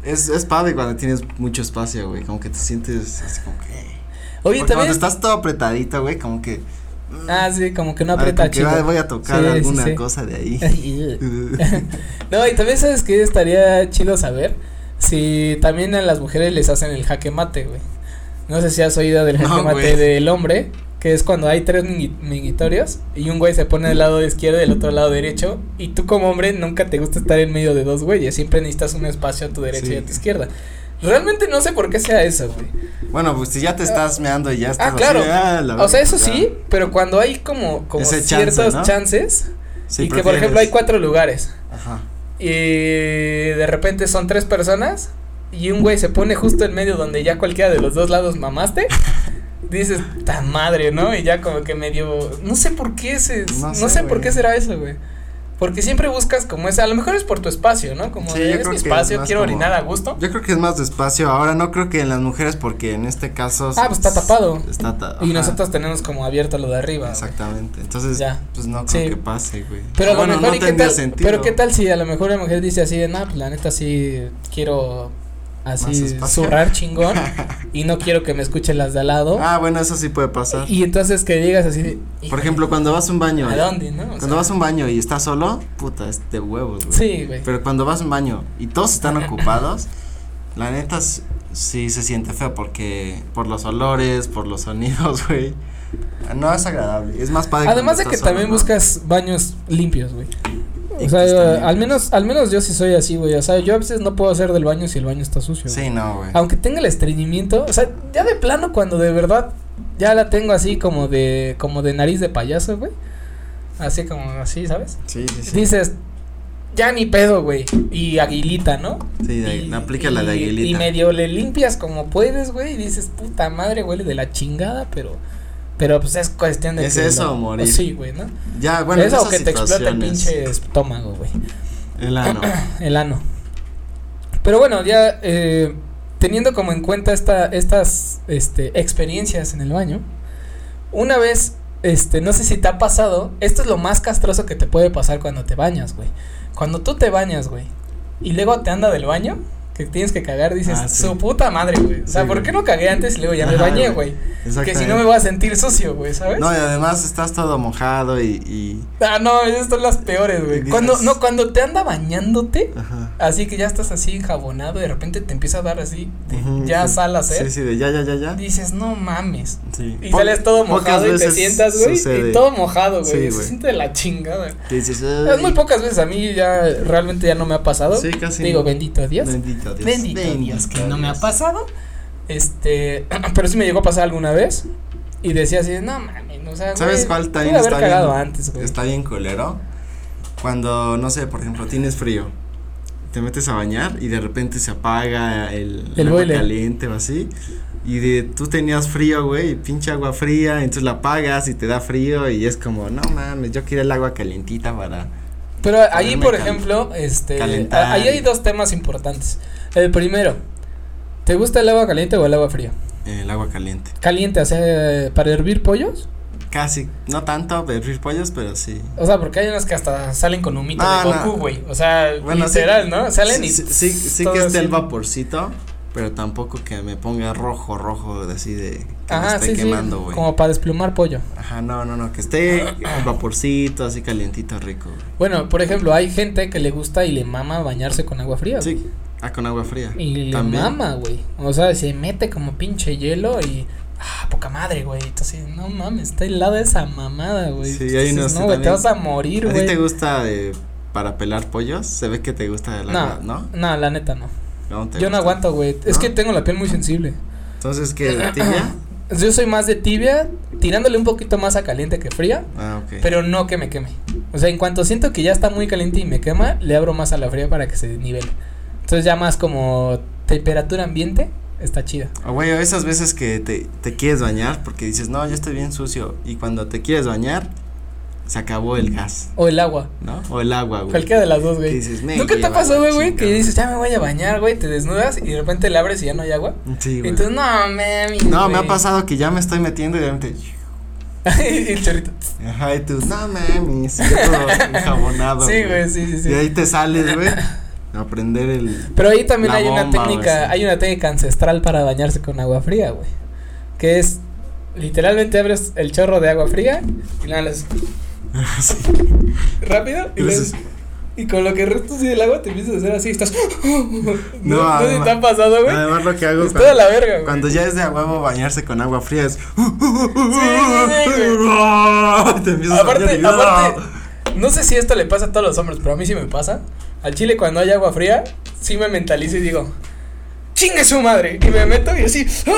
[SPEAKER 2] Es, es padre cuando tienes mucho espacio, güey. Como que te sientes así como que. eh. Porque
[SPEAKER 1] Oye,
[SPEAKER 2] cuando
[SPEAKER 1] también.
[SPEAKER 2] estás todo apretadito, güey, como que. mm,
[SPEAKER 1] Ah, sí, como que no
[SPEAKER 2] a ver,
[SPEAKER 1] aprieta
[SPEAKER 2] como que,
[SPEAKER 1] chido.
[SPEAKER 2] ah, voy a tocar
[SPEAKER 1] Sí, sí,
[SPEAKER 2] alguna
[SPEAKER 1] sí.
[SPEAKER 2] cosa de ahí.
[SPEAKER 1] no, y también sabes que estaría chido saber si también a las mujeres les hacen el jaque mate, güey. No sé si has oído del
[SPEAKER 2] No,
[SPEAKER 1] jaque mate
[SPEAKER 2] güey.
[SPEAKER 1] del hombre, que es cuando hay tres mingui- minguitorios y un güey se pone del lado izquierdo y del otro lado derecho. Y tú, como hombre, nunca te gusta estar en medio de dos güeyes. Siempre necesitas un espacio a tu derecha
[SPEAKER 2] Sí.
[SPEAKER 1] y a tu izquierda. Realmente no sé por qué sea eso, güey.
[SPEAKER 2] Bueno, pues si ya te estás meando y ya estás
[SPEAKER 1] Ah, claro.
[SPEAKER 2] así, ah, la
[SPEAKER 1] O sea,
[SPEAKER 2] verga,
[SPEAKER 1] eso
[SPEAKER 2] ya.
[SPEAKER 1] sí, pero cuando hay como, como
[SPEAKER 2] Ese chance,
[SPEAKER 1] ciertos
[SPEAKER 2] ¿no?
[SPEAKER 1] chances
[SPEAKER 2] Sí,
[SPEAKER 1] y que, por ejemplo, hay
[SPEAKER 2] prefieres.
[SPEAKER 1] cuatro lugares.
[SPEAKER 2] Ajá.
[SPEAKER 1] Y de repente son tres personas y un güey se pone justo en medio donde ya cualquiera de los dos lados mamaste. Dices, ta madre, ¿no? Y ya como que medio. No sé por qué se. No
[SPEAKER 2] No
[SPEAKER 1] sé,
[SPEAKER 2] sé,
[SPEAKER 1] por
[SPEAKER 2] güey.
[SPEAKER 1] qué será eso, güey. Porque siempre buscas como esa. A lo mejor es por tu espacio, ¿no? Como
[SPEAKER 2] Sí,
[SPEAKER 1] de,
[SPEAKER 2] yo
[SPEAKER 1] es
[SPEAKER 2] creo
[SPEAKER 1] mi
[SPEAKER 2] que es
[SPEAKER 1] espacio,
[SPEAKER 2] más
[SPEAKER 1] quiero
[SPEAKER 2] como-
[SPEAKER 1] orinar a gusto.
[SPEAKER 2] Yo creo que es más despacio. Ahora no creo que en las mujeres porque en este caso.
[SPEAKER 1] Ah, pues está tapado.
[SPEAKER 2] Está tapado.
[SPEAKER 1] Y nosotros tenemos como abierto lo de arriba. güey.
[SPEAKER 2] Exactamente. Entonces,
[SPEAKER 1] Ya.
[SPEAKER 2] pues no
[SPEAKER 1] Sí.
[SPEAKER 2] creo que pase, güey. Ah,
[SPEAKER 1] Pero a lo
[SPEAKER 2] bueno,
[SPEAKER 1] mejor,
[SPEAKER 2] no
[SPEAKER 1] ¿y qué
[SPEAKER 2] tendría
[SPEAKER 1] tal?
[SPEAKER 2] sentido.
[SPEAKER 1] Pero qué tal si a lo mejor la mujer dice así de, no, pues la neta sí quiero así
[SPEAKER 2] espacio.
[SPEAKER 1] zurrar chingón y no quiero que me escuchen las de al lado.
[SPEAKER 2] Ah, bueno, eso sí puede pasar.
[SPEAKER 1] y entonces que llegas así de,
[SPEAKER 2] Por
[SPEAKER 1] híjole,
[SPEAKER 2] ejemplo, cuando vas a un baño.
[SPEAKER 1] ¿a
[SPEAKER 2] eh,
[SPEAKER 1] dónde, no? O
[SPEAKER 2] Cuando
[SPEAKER 1] sea,
[SPEAKER 2] vas a un baño y estás solo, puta, es de huevos, güey.
[SPEAKER 1] Sí, güey.
[SPEAKER 2] Pero cuando vas a un baño y todos están ocupados, la neta s- sí se siente feo porque por los olores, por los sonidos, güey. No es agradable, es más padre.
[SPEAKER 1] Además de
[SPEAKER 2] cuando
[SPEAKER 1] que
[SPEAKER 2] estás solo,
[SPEAKER 1] también
[SPEAKER 2] ¿no?
[SPEAKER 1] buscas baños limpios, güey.
[SPEAKER 2] Y
[SPEAKER 1] O
[SPEAKER 2] que están
[SPEAKER 1] sea,
[SPEAKER 2] limpios.
[SPEAKER 1] al menos, al menos yo sí soy así, güey. O sea, yo a veces no puedo hacer del baño si el baño está sucio. güey.
[SPEAKER 2] Sí, no, güey.
[SPEAKER 1] Aunque tenga el estreñimiento, o sea, ya de plano cuando de verdad ya la tengo así como de como de nariz de payaso, güey. Así como así, ¿sabes?
[SPEAKER 2] Sí, sí, sí.
[SPEAKER 1] Dices, ya ni pedo, güey. Y aguilita, ¿no?
[SPEAKER 2] Sí, de-
[SPEAKER 1] Y-
[SPEAKER 2] aplica la de
[SPEAKER 1] y-
[SPEAKER 2] aguilita.
[SPEAKER 1] Y medio le limpias como puedes, güey. Y dices, puta madre, huele de la chingada, pero. Pero pues es cuestión de.
[SPEAKER 2] Es
[SPEAKER 1] que
[SPEAKER 2] eso
[SPEAKER 1] lo-
[SPEAKER 2] o morir.
[SPEAKER 1] Sí, güey, ¿no?
[SPEAKER 2] Ya, bueno, en
[SPEAKER 1] eso o
[SPEAKER 2] esas
[SPEAKER 1] que te explota el
[SPEAKER 2] situaciones,
[SPEAKER 1] pinche estómago, güey.
[SPEAKER 2] El ano.
[SPEAKER 1] El ano. Pero bueno, ya eh, teniendo como en cuenta esta, estas este, experiencias en el baño, una vez, este, no sé si te ha pasado, esto es lo más castroso que te puede pasar cuando te bañas, güey. Cuando tú te bañas, güey, y luego te anda del baño, que tienes que cagar, dices,
[SPEAKER 2] Ah, sí.
[SPEAKER 1] su puta madre, güey. O sea,
[SPEAKER 2] Sí,
[SPEAKER 1] ¿por
[SPEAKER 2] güey.
[SPEAKER 1] qué no cagué antes y luego ya me
[SPEAKER 2] Ajá,
[SPEAKER 1] bañé,
[SPEAKER 2] güey.
[SPEAKER 1] güey? Que si no
[SPEAKER 2] Exactamente.
[SPEAKER 1] me voy a sentir sucio, güey, ¿sabes?
[SPEAKER 2] No, y además estás todo mojado y. y...
[SPEAKER 1] Ah, no, esas son las peores, güey.
[SPEAKER 2] Dices-
[SPEAKER 1] Cuando, no, cuando te anda bañándote,
[SPEAKER 2] Ajá.
[SPEAKER 1] Así que ya estás así enjabonado y de repente te empieza a dar así, te-
[SPEAKER 2] Ujú,
[SPEAKER 1] ya ¿eh?
[SPEAKER 2] sí.
[SPEAKER 1] sal a hacer.
[SPEAKER 2] Sí, sí, de ya, ya, ya, ya.
[SPEAKER 1] Dices, no mames.
[SPEAKER 2] Sí.
[SPEAKER 1] Y
[SPEAKER 2] Po-
[SPEAKER 1] sales todo
[SPEAKER 2] pocas
[SPEAKER 1] mojado y te
[SPEAKER 2] veces
[SPEAKER 1] sientas, güey.
[SPEAKER 2] sucede
[SPEAKER 1] Y todo mojado,
[SPEAKER 2] Sí,
[SPEAKER 1] güey. se
[SPEAKER 2] güey.
[SPEAKER 1] siente de la chingada.
[SPEAKER 2] que dices,
[SPEAKER 1] Es muy
[SPEAKER 2] "Ay".
[SPEAKER 1] pocas veces a mí ya realmente ya no me ha pasado.
[SPEAKER 2] Sí, casi
[SPEAKER 1] Digo,
[SPEAKER 2] no.
[SPEAKER 1] bendito Dios.
[SPEAKER 2] Bendito Dios.
[SPEAKER 1] Bendito, Dios, que no me ha
[SPEAKER 2] Dios.
[SPEAKER 1] pasado. Este, pero sí me llegó a pasar alguna vez. Y decía así, no mames, o sea,
[SPEAKER 2] ¿Sabes
[SPEAKER 1] güey,
[SPEAKER 2] cuál también
[SPEAKER 1] pude haber
[SPEAKER 2] está
[SPEAKER 1] cagado
[SPEAKER 2] bien?
[SPEAKER 1] antes, güey.
[SPEAKER 2] Está bien culero. Cuando, no sé, por ejemplo, tienes frío. Te metes a bañar y de repente se apaga el,
[SPEAKER 1] El
[SPEAKER 2] agua
[SPEAKER 1] boiler.
[SPEAKER 2] caliente o así. Y de, tú tenías frío, güey, y pinche agua fría, entonces la apagas y te da frío y es como, no mames, yo quiero el agua calientita para...
[SPEAKER 1] Pero ahí,
[SPEAKER 2] Ponerme
[SPEAKER 1] por
[SPEAKER 2] cal-
[SPEAKER 1] ejemplo, este,
[SPEAKER 2] calentar
[SPEAKER 1] a- ahí hay
[SPEAKER 2] y-
[SPEAKER 1] dos temas importantes. El primero, ¿te gusta el agua caliente o el agua fría?
[SPEAKER 2] eh, El agua caliente.
[SPEAKER 1] Caliente, o sea, para hervir pollos.
[SPEAKER 2] Casi, no tanto hervir pollos, pero sí.
[SPEAKER 1] O sea, porque hay unas que hasta salen con humito
[SPEAKER 2] Ah,
[SPEAKER 1] de
[SPEAKER 2] no.
[SPEAKER 1] Goku, güey. O sea,
[SPEAKER 2] Bueno, sí.
[SPEAKER 1] literal, ¿no? Salen
[SPEAKER 2] Sí,
[SPEAKER 1] y.
[SPEAKER 2] sí, sí, sí
[SPEAKER 1] todo
[SPEAKER 2] que esté el
[SPEAKER 1] así.
[SPEAKER 2] vaporcito, pero tampoco que me ponga rojo, rojo, de así de que me
[SPEAKER 1] Ajá,
[SPEAKER 2] esté
[SPEAKER 1] sí, sí.
[SPEAKER 2] quemando, güey.
[SPEAKER 1] Como para desplumar pollo.
[SPEAKER 2] Ajá, no, no, no, que esté el vaporcito, así calientito, rico. güey.
[SPEAKER 1] Bueno, por ejemplo, hay gente que le gusta y le mama bañarse con agua fría. güey.
[SPEAKER 2] Sí, ah, con agua fría.
[SPEAKER 1] Y le
[SPEAKER 2] También.
[SPEAKER 1] mama, güey. O sea, se mete como pinche hielo y. Ah, poca madre, güey. Entonces, no mames, está helada esa mamada, güey.
[SPEAKER 2] Sí, hay
[SPEAKER 1] Entonces,
[SPEAKER 2] unos que
[SPEAKER 1] No, güey, te
[SPEAKER 2] también-
[SPEAKER 1] vas a morir,
[SPEAKER 2] ¿A ti te
[SPEAKER 1] güey.
[SPEAKER 2] gusta de, para pelar pollos? Se ve que te gusta el agua,
[SPEAKER 1] No,
[SPEAKER 2] ¿no?
[SPEAKER 1] no, la neta no.
[SPEAKER 2] No, te
[SPEAKER 1] Yo
[SPEAKER 2] gusta.
[SPEAKER 1] no aguanto, güey. Es
[SPEAKER 2] ¿No?
[SPEAKER 1] que tengo la piel muy sensible.
[SPEAKER 2] Entonces, ¿qué? ¿De tibia?
[SPEAKER 1] Yo soy más de tibia, tirándole un poquito más a caliente que fría,
[SPEAKER 2] Ah, ok.
[SPEAKER 1] pero no que me queme. O sea, en cuanto siento que ya está muy caliente y me quema, le abro más a la fría para que se nivele. Entonces, ya más como temperatura ambiente, está chida.
[SPEAKER 2] O Ah, güey, o esas veces que te, te quieres bañar porque dices, no, yo estoy bien sucio. Y cuando te quieres bañar, se acabó el gas,
[SPEAKER 1] O el agua,
[SPEAKER 2] ¿no? O el agua, güey.
[SPEAKER 1] cualquiera de las dos,
[SPEAKER 2] Que
[SPEAKER 1] güey.
[SPEAKER 2] dices, "Me
[SPEAKER 1] ¿Nunca te ha
[SPEAKER 2] lleva
[SPEAKER 1] pasado,
[SPEAKER 2] la
[SPEAKER 1] güey, que
[SPEAKER 2] chingada".
[SPEAKER 1] dices, ya me voy a bañar, güey, te desnudas y de repente le abres y ya no hay agua?
[SPEAKER 2] Sí, güey.
[SPEAKER 1] Entonces, no, mami.
[SPEAKER 2] No, me ha
[SPEAKER 1] güey".
[SPEAKER 2] pasado que ya me estoy metiendo y de repente.
[SPEAKER 1] Y el chorrito.
[SPEAKER 2] Ajá, y tú, no mames, y yo todo enjabonado.
[SPEAKER 1] Sí, güey, sí, sí, sí.
[SPEAKER 2] Y ahí te sales, güey, a prender el.
[SPEAKER 1] Pero ahí también
[SPEAKER 2] La
[SPEAKER 1] hay una
[SPEAKER 2] bomba,
[SPEAKER 1] técnica,
[SPEAKER 2] güey, sí.
[SPEAKER 1] hay una técnica ancestral para bañarse con agua fría, güey. Que es literalmente abres el chorro de agua fría y nada, las
[SPEAKER 2] sí. pues,
[SPEAKER 1] rápido y,
[SPEAKER 2] Y
[SPEAKER 1] le-
[SPEAKER 2] dices,
[SPEAKER 1] y con lo que resta así del agua te empiezas a hacer así, estás No, no, sé si
[SPEAKER 2] además-
[SPEAKER 1] te ha pasado, güey.
[SPEAKER 2] Además, lo que hago
[SPEAKER 1] Es toda
[SPEAKER 2] cuando,
[SPEAKER 1] la verga, güey.
[SPEAKER 2] cuando ya es de a huevo bañarse con agua fría es. te empiezas a bañar
[SPEAKER 1] Aparte,
[SPEAKER 2] y- ¡ah!
[SPEAKER 1] aparte, no sé si esto le pasa a todos los hombres, pero a mí sí me pasa. Al chile cuando hay agua fría, sí me mentalizo y digo, chingue su madre. Y me meto y así, ¡ah!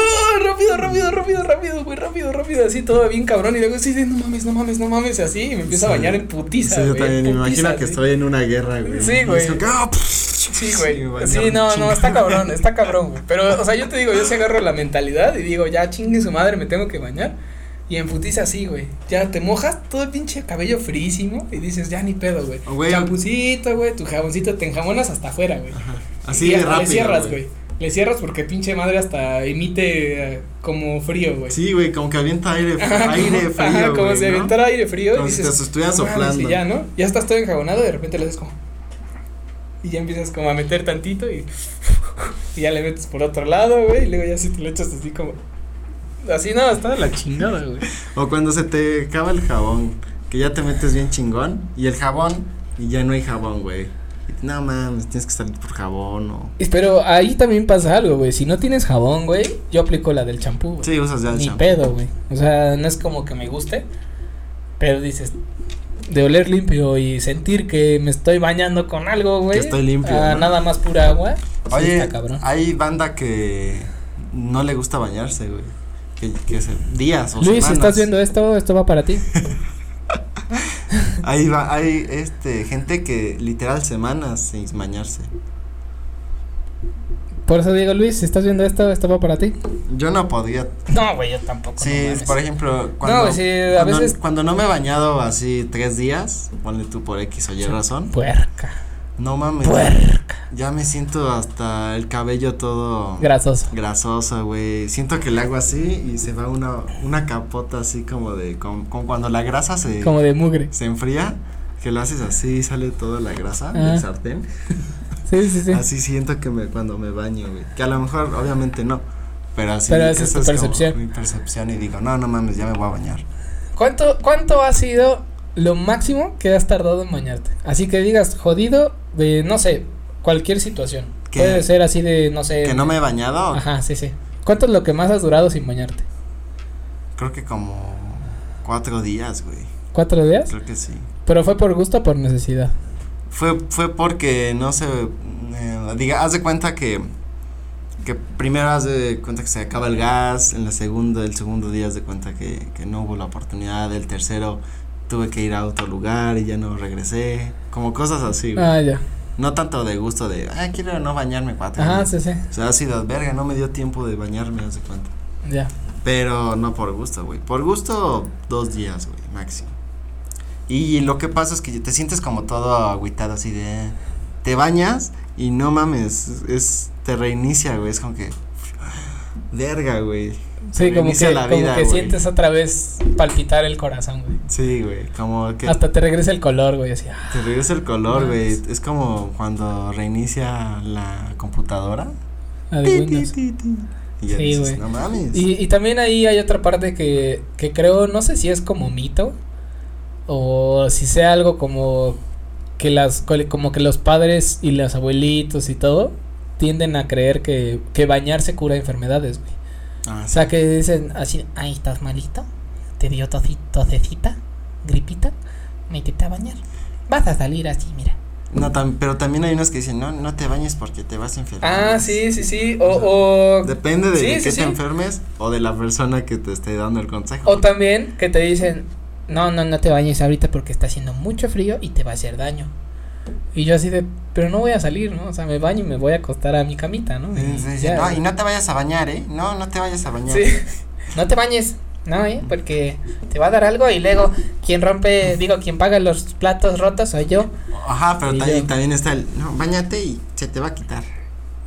[SPEAKER 1] rápido, rápido, rápido, rápido, güey, rápido, rápido, así todo bien cabrón. Y luego sí, de, no mames, no mames, no mames, y así, y me empiezo a
[SPEAKER 2] Sí.
[SPEAKER 1] bañar en putiza.
[SPEAKER 2] Sí, yo
[SPEAKER 1] güey, en
[SPEAKER 2] también me
[SPEAKER 1] putiza,
[SPEAKER 2] imagino que
[SPEAKER 1] sí.
[SPEAKER 2] estoy en una guerra, güey.
[SPEAKER 1] Sí,
[SPEAKER 2] Y es
[SPEAKER 1] güey.
[SPEAKER 2] como que, ah,
[SPEAKER 1] Sí,
[SPEAKER 2] y me
[SPEAKER 1] güey.
[SPEAKER 2] baño
[SPEAKER 1] Sí,
[SPEAKER 2] un
[SPEAKER 1] no, no,
[SPEAKER 2] chingo.
[SPEAKER 1] está cabrón, está cabrón, güey. Pero, o sea, yo te digo, yo sí agarro la mentalidad y digo, ya chingue su madre, me tengo que bañar. Y en putiza así, güey. Ya te mojas todo el pinche cabello frísimo y dices, ya ni pedo, Oh, güey.
[SPEAKER 2] O, güey,
[SPEAKER 1] Champucito, güey, tu jaboncito, te enjabonas hasta afuera, güey.
[SPEAKER 2] Así
[SPEAKER 1] Y
[SPEAKER 2] de
[SPEAKER 1] hasta
[SPEAKER 2] rápido.
[SPEAKER 1] Le cierras, güey. Le cierras porque pinche madre hasta emite eh, como frío, güey.
[SPEAKER 2] Sí, güey, como que avienta aire,
[SPEAKER 1] Ajá,
[SPEAKER 2] aire
[SPEAKER 1] como-
[SPEAKER 2] frío.
[SPEAKER 1] Ajá, como
[SPEAKER 2] güey,
[SPEAKER 1] si
[SPEAKER 2] ¿no?
[SPEAKER 1] aventara aire frío.
[SPEAKER 2] Como
[SPEAKER 1] y
[SPEAKER 2] si
[SPEAKER 1] dices,
[SPEAKER 2] te estuviera
[SPEAKER 1] "No mames",
[SPEAKER 2] soplando.
[SPEAKER 1] Y ya, ¿no? Ya estás todo enjabonado y de repente le haces como. Y ya empiezas como a meter tantito y. Y ya le metes por otro lado, güey. Y luego ya si te lo echas así como. Así no, está de la chingada, güey.
[SPEAKER 2] O cuando se te acaba el jabón, que ya te metes bien chingón y el jabón y ya no hay jabón, güey. Y No mames, tienes que salir por jabón o.
[SPEAKER 1] Y- Pero ahí también pasa algo, güey. Si no tienes jabón, güey, yo aplico la del champú, güey.
[SPEAKER 2] Sí, usas ya el
[SPEAKER 1] Ni
[SPEAKER 2] shampoo.
[SPEAKER 1] pedo, güey. O sea, no es como que me guste. Pero dices, de oler limpio y sentir que me estoy bañando con algo, güey.
[SPEAKER 2] estoy limpio,
[SPEAKER 1] a
[SPEAKER 2] ¿no?
[SPEAKER 1] Nada más pura agua. sí
[SPEAKER 2] Oye,
[SPEAKER 1] está cabrón.
[SPEAKER 2] hay banda que no le gusta bañarse, güey. Que, que se, días o
[SPEAKER 1] Luis, si
[SPEAKER 2] semanas.
[SPEAKER 1] estás viendo esto, esto va para ti.
[SPEAKER 2] Ahí va, hay este gente que literal semanas sin bañarse.
[SPEAKER 1] Por eso digo, Luis, si estás viendo esto, esto va para ti.
[SPEAKER 2] Yo no podía.
[SPEAKER 1] No, güey, yo tampoco.
[SPEAKER 2] Sí,
[SPEAKER 1] no mames.
[SPEAKER 2] por ejemplo, cuando,
[SPEAKER 1] No, sí, a
[SPEAKER 2] cuando-
[SPEAKER 1] veces-
[SPEAKER 2] cuando no me he bañado así tres días, ponle tú por X o Y
[SPEAKER 1] Sí.
[SPEAKER 2] razón,
[SPEAKER 1] Puerca.
[SPEAKER 2] no mames,
[SPEAKER 1] Puerca.
[SPEAKER 2] ya me siento hasta el cabello todo
[SPEAKER 1] Grasoso.
[SPEAKER 2] grasoso, güey. Siento que le hago así y se va una, una capota así como de, como, como cuando la grasa se,
[SPEAKER 1] Como de mugre.
[SPEAKER 2] se enfría, que lo haces así y sale toda la grasa
[SPEAKER 1] Ah.
[SPEAKER 2] del sartén.
[SPEAKER 1] Sí, sí, sí.
[SPEAKER 2] Así siento que me, cuando me baño, güey. Que a lo mejor, obviamente no. Pero así
[SPEAKER 1] Pero esa es
[SPEAKER 2] esa como
[SPEAKER 1] tu percepción.
[SPEAKER 2] mi percepción y digo, no, no mames, ya me voy a bañar.
[SPEAKER 1] ¿Cuánto, ¿Cuánto ha sido lo máximo que has tardado en bañarte? Así que digas, jodido, de no sé, cualquier situación.
[SPEAKER 2] Que-
[SPEAKER 1] Puede ser así de, no sé.
[SPEAKER 2] Que no me he bañado,
[SPEAKER 1] Eh, Ajá, sí, sí. ¿Cuánto es lo que más has durado sin bañarte?
[SPEAKER 2] creo que como cuatro días, güey.
[SPEAKER 1] ¿Cuatro días?
[SPEAKER 2] Creo que sí.
[SPEAKER 1] Pero fue por gusto o por necesidad.
[SPEAKER 2] Fue, fue porque, no sé, eh, diga, haz de cuenta que, que primero haz de cuenta que se acaba el gas, en la segunda, el segundo día haz de cuenta que, que no hubo la oportunidad, el tercero tuve que ir a otro lugar y ya no regresé, como cosas así, güey.
[SPEAKER 1] Ah, ya.
[SPEAKER 2] No tanto de gusto de, ah, quiero no bañarme cuatro
[SPEAKER 1] Ajá,
[SPEAKER 2] días".
[SPEAKER 1] sí, sí.
[SPEAKER 2] O sea, ha sido, verga, no me dio tiempo de bañarme, haz de cuenta.
[SPEAKER 1] Ya.
[SPEAKER 2] Pero no por gusto, güey. Por gusto, dos días, güey, máximo. Y lo que pasa es que te sientes como todo agüitado, así de. Te bañas y no mames, es, te reinicia, güey. Es como que. Verga, güey. Se
[SPEAKER 1] Sí, como
[SPEAKER 2] reinicia
[SPEAKER 1] que,
[SPEAKER 2] la
[SPEAKER 1] como
[SPEAKER 2] vida,
[SPEAKER 1] que
[SPEAKER 2] güey.
[SPEAKER 1] sientes otra vez palpitar el corazón, güey.
[SPEAKER 2] Sí, güey. Como que
[SPEAKER 1] Hasta te regresa el color, güey. Así, ah,
[SPEAKER 2] te regresa el color, güey.
[SPEAKER 1] Mames.
[SPEAKER 2] Es como cuando reinicia la computadora.
[SPEAKER 1] la de
[SPEAKER 2] Ti, ti,
[SPEAKER 1] Windows.
[SPEAKER 2] ti, ti. Y ya
[SPEAKER 1] Sí,
[SPEAKER 2] dices,
[SPEAKER 1] güey.
[SPEAKER 2] no mames.
[SPEAKER 1] Y, y también ahí hay otra parte que, que creo, no sé si es como mito o si sea algo como que las cole- como que los padres y los abuelitos y todo tienden a creer que, que bañarse cura enfermedades, güey.
[SPEAKER 2] Ah,
[SPEAKER 1] O
[SPEAKER 2] sí.
[SPEAKER 1] sea, que dicen así, ay, estás malito, te dio tosi- tosecita, gripita, métete a bañar. Vas a salir así, mira.
[SPEAKER 2] No, tam- pero también hay unos que dicen, no, no te bañes porque te vas a enfermar.
[SPEAKER 1] Ah, sí, sí, sí.
[SPEAKER 2] o-
[SPEAKER 1] O, o,
[SPEAKER 2] Depende de,
[SPEAKER 1] Sí,
[SPEAKER 2] de
[SPEAKER 1] sí,
[SPEAKER 2] que
[SPEAKER 1] sí.
[SPEAKER 2] te enfermes o de la persona que te esté dando el consejo.
[SPEAKER 1] O también que te dicen, no, no, no te bañes ahorita porque está haciendo mucho frío y te va a hacer daño. Y yo así de, pero no voy a salir, ¿no? O sea, me baño y me voy a acostar a mi camita, ¿no?
[SPEAKER 2] Y te
[SPEAKER 1] Y
[SPEAKER 2] dicen,
[SPEAKER 1] ya.
[SPEAKER 2] no, y no te vayas a bañar, ¿eh? No, no te vayas a bañar.
[SPEAKER 1] Sí. No te bañes, ¿no? eh? Porque te va a dar algo y luego quien rompe, digo, quien paga los platos rotos soy yo.
[SPEAKER 2] Ajá, pero
[SPEAKER 1] Y
[SPEAKER 2] ta-
[SPEAKER 1] ya.
[SPEAKER 2] y también está el, no, bañate y se te va a quitar.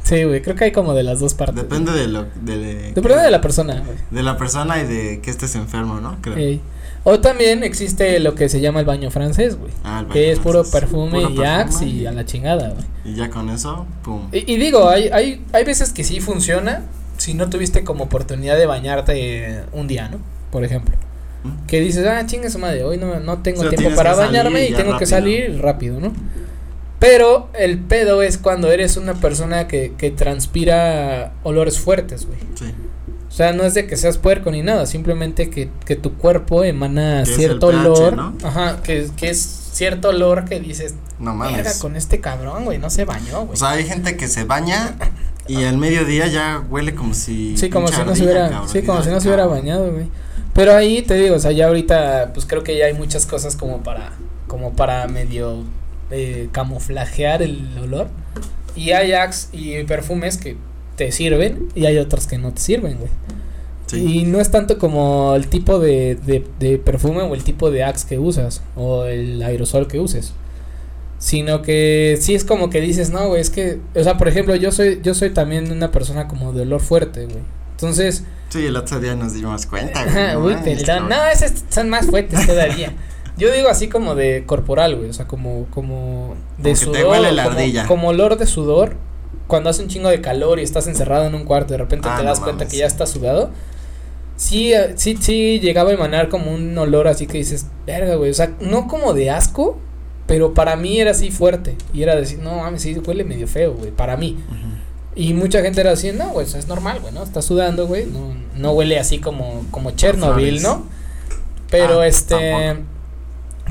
[SPEAKER 1] Sí, güey, creo que hay como de las dos partes.
[SPEAKER 2] Depende de lo, de,
[SPEAKER 1] Ah, Depende de la persona, güey.
[SPEAKER 2] de la persona y de que estés enfermo, ¿no? Creo.
[SPEAKER 1] Ey. O también existe lo que se llama el baño francés, güey.
[SPEAKER 2] Ah, el
[SPEAKER 1] Que
[SPEAKER 2] baño
[SPEAKER 1] es puro
[SPEAKER 2] francés.
[SPEAKER 1] perfume
[SPEAKER 2] Puro
[SPEAKER 1] y axe
[SPEAKER 2] perfume
[SPEAKER 1] y a la chingada, güey.
[SPEAKER 2] y ya con eso, pum.
[SPEAKER 1] Y, y digo, hay, hay, hay veces que sí funciona si no tuviste como oportunidad de bañarte un día, ¿no? Por ejemplo.
[SPEAKER 2] ¿Mm?
[SPEAKER 1] Que dices, ah, chingue su madre, hoy no, no tengo
[SPEAKER 2] O sea,
[SPEAKER 1] tiempo
[SPEAKER 2] tienes
[SPEAKER 1] para
[SPEAKER 2] que salir
[SPEAKER 1] bañarme y
[SPEAKER 2] ya
[SPEAKER 1] tengo que
[SPEAKER 2] rápido.
[SPEAKER 1] salir rápido, ¿no? Pero el pedo es cuando eres una persona que, que transpira olores fuertes, güey.
[SPEAKER 2] Sí.
[SPEAKER 1] O sea, no es de que seas puerco ni nada, simplemente que, que tu cuerpo
[SPEAKER 2] Que
[SPEAKER 1] emana
[SPEAKER 2] es el
[SPEAKER 1] cierto
[SPEAKER 2] pH,
[SPEAKER 1] olor.
[SPEAKER 2] ¿no?
[SPEAKER 1] Ajá, que, que es cierto olor que dices,
[SPEAKER 2] No
[SPEAKER 1] "Verga,
[SPEAKER 2] mames.
[SPEAKER 1] con este cabrón, güey, no se bañó, güey.
[SPEAKER 2] O sea, hay gente que se baña y al mediodía ya huele como si.
[SPEAKER 1] Sí, como
[SPEAKER 2] pinche
[SPEAKER 1] si no se
[SPEAKER 2] ardilla,
[SPEAKER 1] hubiera,
[SPEAKER 2] cabrón.
[SPEAKER 1] sí, como si no se
[SPEAKER 2] Ay,
[SPEAKER 1] hubiera
[SPEAKER 2] cabrón.
[SPEAKER 1] bañado, güey. Pero ahí te digo, o sea, ya ahorita, pues creo que ya hay muchas cosas como para, como para medio eh, camuflajear el olor. Y hay ax y perfumes que te sirven y hay otros que no te sirven, güey.
[SPEAKER 2] Sí.
[SPEAKER 1] Y no es tanto como el tipo de, de, de perfume o el tipo de axe que usas o el aerosol que uses. Sino que sí es como que dices, no, güey, es que, o sea, por ejemplo, yo soy, yo soy también una persona como de olor fuerte, güey. Entonces,
[SPEAKER 2] Sí, el otro día nos dimos cuenta, güey.
[SPEAKER 1] ajá,
[SPEAKER 2] no
[SPEAKER 1] uy,
[SPEAKER 2] mames,
[SPEAKER 1] perdón,
[SPEAKER 2] cabrón.
[SPEAKER 1] no, esas son más fuertes todavía. Yo digo así como de corporal, güey, o sea, como, como de
[SPEAKER 2] Como que te
[SPEAKER 1] sudor.
[SPEAKER 2] huele la
[SPEAKER 1] como,
[SPEAKER 2] ardilla.
[SPEAKER 1] como olor de sudor cuando hace un chingo de calor y estás encerrado en un cuarto, de repente
[SPEAKER 2] Ah,
[SPEAKER 1] te
[SPEAKER 2] no
[SPEAKER 1] das cuenta
[SPEAKER 2] mames.
[SPEAKER 1] que ya estás sudado. Sí, eh, sí, sí, llegaba a emanar como un olor así que dices, verga, güey. O sea, no como de asco, pero para mí era así fuerte. Y era decir, no mames, sí, huele medio feo, güey, para mí.
[SPEAKER 2] Ujú.
[SPEAKER 1] Y mucha gente era así, no, güey, o sea, es normal, güey, ¿no? Está sudando, güey, no, no huele así como, como Chernobyl,
[SPEAKER 2] flores.
[SPEAKER 1] ¿no? Pero
[SPEAKER 2] Ah,
[SPEAKER 1] este...
[SPEAKER 2] tampoco.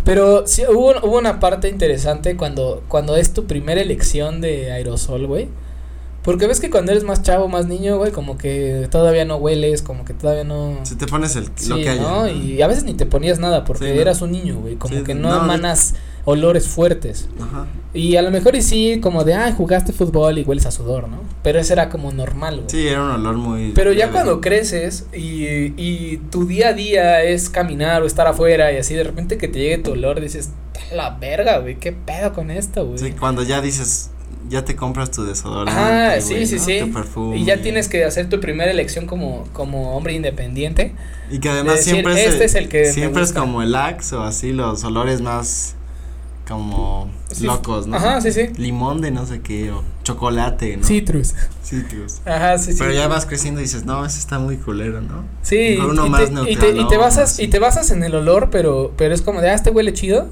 [SPEAKER 1] Pero sí, hubo, hubo una parte interesante cuando, cuando es tu primera elección de aerosol, güey. Porque ves que cuando eres más chavo, más niño, güey, como que todavía no hueles, como que todavía no...
[SPEAKER 2] Si te pones el,
[SPEAKER 1] Sí,
[SPEAKER 2] lo que haya.
[SPEAKER 1] ¿no?
[SPEAKER 2] ¿no?
[SPEAKER 1] Y a veces ni te ponías nada porque
[SPEAKER 2] Sí, ¿no?
[SPEAKER 1] eras un niño, güey, como
[SPEAKER 2] Sí,
[SPEAKER 1] que no,
[SPEAKER 2] no, de-
[SPEAKER 1] emanas olores fuertes.
[SPEAKER 2] Ajá.
[SPEAKER 1] Y a lo mejor y sí, como de, ah, jugaste fútbol y hueles a sudor, ¿no? Pero eso era como normal, güey.
[SPEAKER 2] Sí, era un olor muy.
[SPEAKER 1] Pero ya
[SPEAKER 2] leve.
[SPEAKER 1] cuando creces y, y tu día a día es caminar o estar afuera y así, de repente que te llegue tu olor, dices, "Ta la verga, güey, qué pedo con esto, güey.
[SPEAKER 2] Sí, cuando ya dices, ya te compras tu desodorante.
[SPEAKER 1] Ah,
[SPEAKER 2] güey,
[SPEAKER 1] sí, sí,
[SPEAKER 2] ¿no?
[SPEAKER 1] sí.
[SPEAKER 2] Tu perfume.
[SPEAKER 1] Y ya tienes que hacer tu primera elección como, como hombre independiente.
[SPEAKER 2] Y que además
[SPEAKER 1] decir,
[SPEAKER 2] siempre
[SPEAKER 1] "Este es el que me
[SPEAKER 2] Siempre es
[SPEAKER 1] gusta".
[SPEAKER 2] como el Axe o así, los olores más como
[SPEAKER 1] Sí,
[SPEAKER 2] locos, ¿no?
[SPEAKER 1] Ajá, sí, sí.
[SPEAKER 2] Limón de no sé qué o chocolate, ¿no?
[SPEAKER 1] Citrus.
[SPEAKER 2] Citrus.
[SPEAKER 1] Ajá, sí, sí.
[SPEAKER 2] Pero ya vas creciendo y dices, no, ese está muy culero, ¿no?
[SPEAKER 1] Sí,
[SPEAKER 2] Mejor uno
[SPEAKER 1] y,
[SPEAKER 2] más
[SPEAKER 1] te, y, te,
[SPEAKER 2] neutral,
[SPEAKER 1] y te
[SPEAKER 2] ¿no?
[SPEAKER 1] basas,
[SPEAKER 2] Así.
[SPEAKER 1] y te basas en el olor, pero, pero es como de, ah, este huele chido.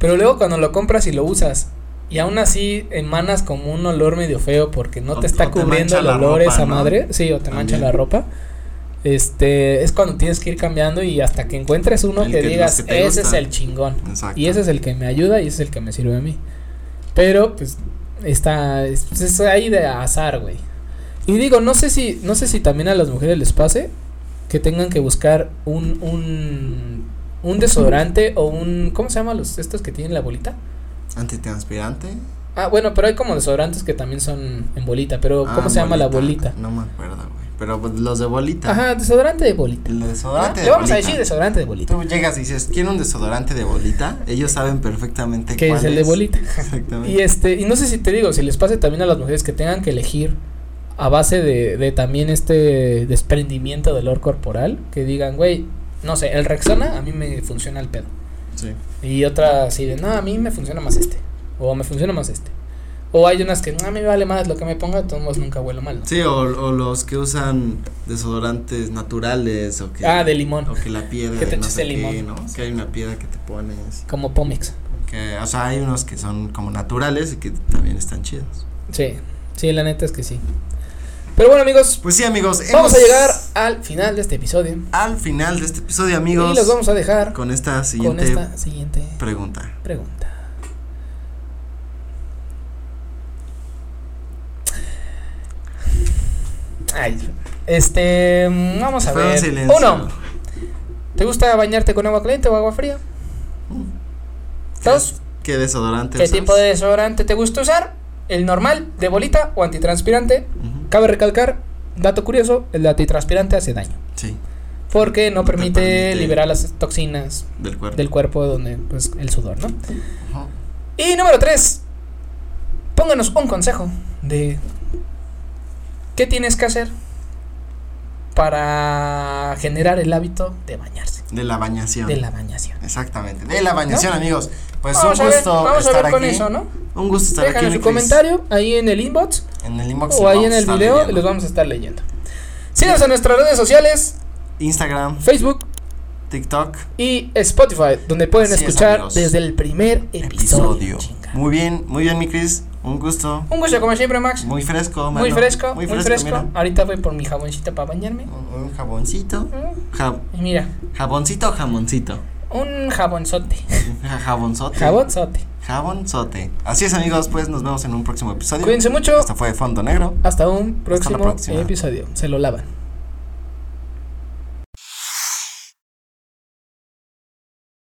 [SPEAKER 1] Pero luego cuando lo compras y lo usas, y aún así emanas como un olor medio feo porque no
[SPEAKER 2] O-
[SPEAKER 1] te está
[SPEAKER 2] o te
[SPEAKER 1] cubriendo
[SPEAKER 2] mancha
[SPEAKER 1] el
[SPEAKER 2] la
[SPEAKER 1] olor
[SPEAKER 2] ropa,
[SPEAKER 1] esa
[SPEAKER 2] ¿no?
[SPEAKER 1] madre, sí, o te mancha
[SPEAKER 2] También.
[SPEAKER 1] la ropa. Este, es cuando tienes que ir cambiando y hasta que encuentres uno
[SPEAKER 2] El
[SPEAKER 1] que,
[SPEAKER 2] que-
[SPEAKER 1] digas,
[SPEAKER 2] los que te
[SPEAKER 1] ese es
[SPEAKER 2] gustan".
[SPEAKER 1] el chingón.
[SPEAKER 2] Exacto.
[SPEAKER 1] Y ese es el que me ayuda y ese es el que me sirve a mí. Pero, pues, está. Es, pues, es ahí de azar, güey. Y digo, no sé si. No sé si también a las mujeres les pase. Que tengan que buscar un. un. un desodorante o un. ¿Cómo se llaman los estos que tienen la bolita?
[SPEAKER 2] Antitranspirante.
[SPEAKER 1] Ah, bueno, pero hay como desodorantes que también son en bolita, pero
[SPEAKER 2] Ah,
[SPEAKER 1] ¿cómo se llama la bolita?
[SPEAKER 2] No me acuerdo, güey. Pero pues, los de bolita.
[SPEAKER 1] Ajá, desodorante de bolita.
[SPEAKER 2] El desodorante
[SPEAKER 1] Ah,
[SPEAKER 2] de
[SPEAKER 1] Le vamos a
[SPEAKER 2] bolita.
[SPEAKER 1] decir desodorante de bolita.
[SPEAKER 2] Tú llegas y dices, quiero un desodorante de bolita. Ellos saben perfectamente
[SPEAKER 1] Que
[SPEAKER 2] cuál
[SPEAKER 1] es el de bolita.
[SPEAKER 2] Exactamente.
[SPEAKER 1] Y este, y no sé si te digo, si les pase también a las mujeres que tengan que elegir a base de, de también este desprendimiento del olor corporal, que digan, güey, no sé, el Rexona a mí me funciona el pedo.
[SPEAKER 2] Sí.
[SPEAKER 1] Y otra así de, no, a mí me funciona más este. O me funciona más este. O hay unas que, no, a mí me vale más lo que me ponga, de todos modos nunca huelo mal. ¿no?".
[SPEAKER 2] Sí, o, o los que usan desodorantes naturales o que
[SPEAKER 1] Ah, de limón.
[SPEAKER 2] o que la piedra
[SPEAKER 1] Que te
[SPEAKER 2] de no
[SPEAKER 1] eches
[SPEAKER 2] sé
[SPEAKER 1] el
[SPEAKER 2] qué,
[SPEAKER 1] limón.
[SPEAKER 2] ¿no? Que hay una piedra que te pones.
[SPEAKER 1] Como Pomex.
[SPEAKER 2] Que, o sea, hay unos que son como naturales y que también están chidos.
[SPEAKER 1] Sí, sí, la neta es que sí. Pero bueno, amigos,
[SPEAKER 2] Pues sí, amigos,
[SPEAKER 1] vamos a
[SPEAKER 2] hemos-
[SPEAKER 1] llegar al final de este episodio.
[SPEAKER 2] al final de este episodio, amigos.
[SPEAKER 1] y los vamos a dejar
[SPEAKER 2] con esta
[SPEAKER 1] con
[SPEAKER 2] siguiente
[SPEAKER 1] esta siguiente
[SPEAKER 2] pregunta.
[SPEAKER 1] pregunta. Ay, este, mm, vamos a
[SPEAKER 2] Fue un
[SPEAKER 1] ver.
[SPEAKER 2] silencio.
[SPEAKER 1] Uno, ¿te gusta bañarte con agua caliente o agua fría?
[SPEAKER 2] ¿Qué,
[SPEAKER 1] Dos,
[SPEAKER 2] qué desodorante
[SPEAKER 1] ¿qué
[SPEAKER 2] Mm. usas?
[SPEAKER 1] tipo de desodorante te gusta usar? ¿El normal, de bolita o antitranspirante?
[SPEAKER 2] Ujú,
[SPEAKER 1] Cabe recalcar, dato curioso, el antitranspirante hace daño.
[SPEAKER 2] Sí,
[SPEAKER 1] Porque no
[SPEAKER 2] No te
[SPEAKER 1] permite,
[SPEAKER 2] permite-
[SPEAKER 1] liberar las toxinas
[SPEAKER 2] del cuerpo.
[SPEAKER 1] del cuerpo donde, pues, el sudor, ¿no?
[SPEAKER 2] Ujú.
[SPEAKER 1] Y número tres, pónganos un consejo de qué tienes que hacer para generar el hábito de bañarse,
[SPEAKER 2] De la bañación.
[SPEAKER 1] de la bañación.
[SPEAKER 2] Exactamente, de la bañación, amigos. Pues
[SPEAKER 1] vamos
[SPEAKER 2] un
[SPEAKER 1] a ver,
[SPEAKER 2] gusto
[SPEAKER 1] vamos a
[SPEAKER 2] estar
[SPEAKER 1] ver con
[SPEAKER 2] aquí.
[SPEAKER 1] eso, ¿no?
[SPEAKER 2] Un gusto estar
[SPEAKER 1] Déjanos
[SPEAKER 2] aquí. mi
[SPEAKER 1] su
[SPEAKER 2] Cris.
[SPEAKER 1] comentario ahí en el inbox
[SPEAKER 2] En el inbox.
[SPEAKER 1] o
[SPEAKER 2] lo
[SPEAKER 1] ahí
[SPEAKER 2] vamos
[SPEAKER 1] en
[SPEAKER 2] a
[SPEAKER 1] el
[SPEAKER 2] estar
[SPEAKER 1] video,
[SPEAKER 2] leyendo.
[SPEAKER 1] los vamos a estar leyendo. Síganos en nuestras redes sociales,
[SPEAKER 2] Instagram,
[SPEAKER 1] Facebook
[SPEAKER 2] TikTok,
[SPEAKER 1] y Spotify, donde pueden
[SPEAKER 2] Así es,
[SPEAKER 1] escuchar
[SPEAKER 2] amigos.
[SPEAKER 1] desde el primer episodio.
[SPEAKER 2] episodio.
[SPEAKER 1] chinga.
[SPEAKER 2] Muy bien, muy bien, mi Cris. Un gusto.
[SPEAKER 1] Un gusto como siempre, Max.
[SPEAKER 2] Muy fresco,
[SPEAKER 1] Muy
[SPEAKER 2] mano.
[SPEAKER 1] fresco, muy fresco.
[SPEAKER 2] mira.
[SPEAKER 1] Ahorita voy por mi jaboncito para bañarme.
[SPEAKER 2] Un, un jaboncito.
[SPEAKER 1] Mm,
[SPEAKER 2] Ja-
[SPEAKER 1] Y mira,
[SPEAKER 2] jaboncito o jamoncito.
[SPEAKER 1] un jabonzote.
[SPEAKER 2] Ja- Jabonzote.
[SPEAKER 1] Jabonzote.
[SPEAKER 2] Jabonzote. Así es, amigos. Pues nos vemos en un próximo episodio.
[SPEAKER 1] Cuídense mucho.
[SPEAKER 2] Esto fue Fondo Negro.
[SPEAKER 1] Hasta un
[SPEAKER 2] la
[SPEAKER 1] próximo
[SPEAKER 2] próxima.
[SPEAKER 1] episodio. Se lo lavan.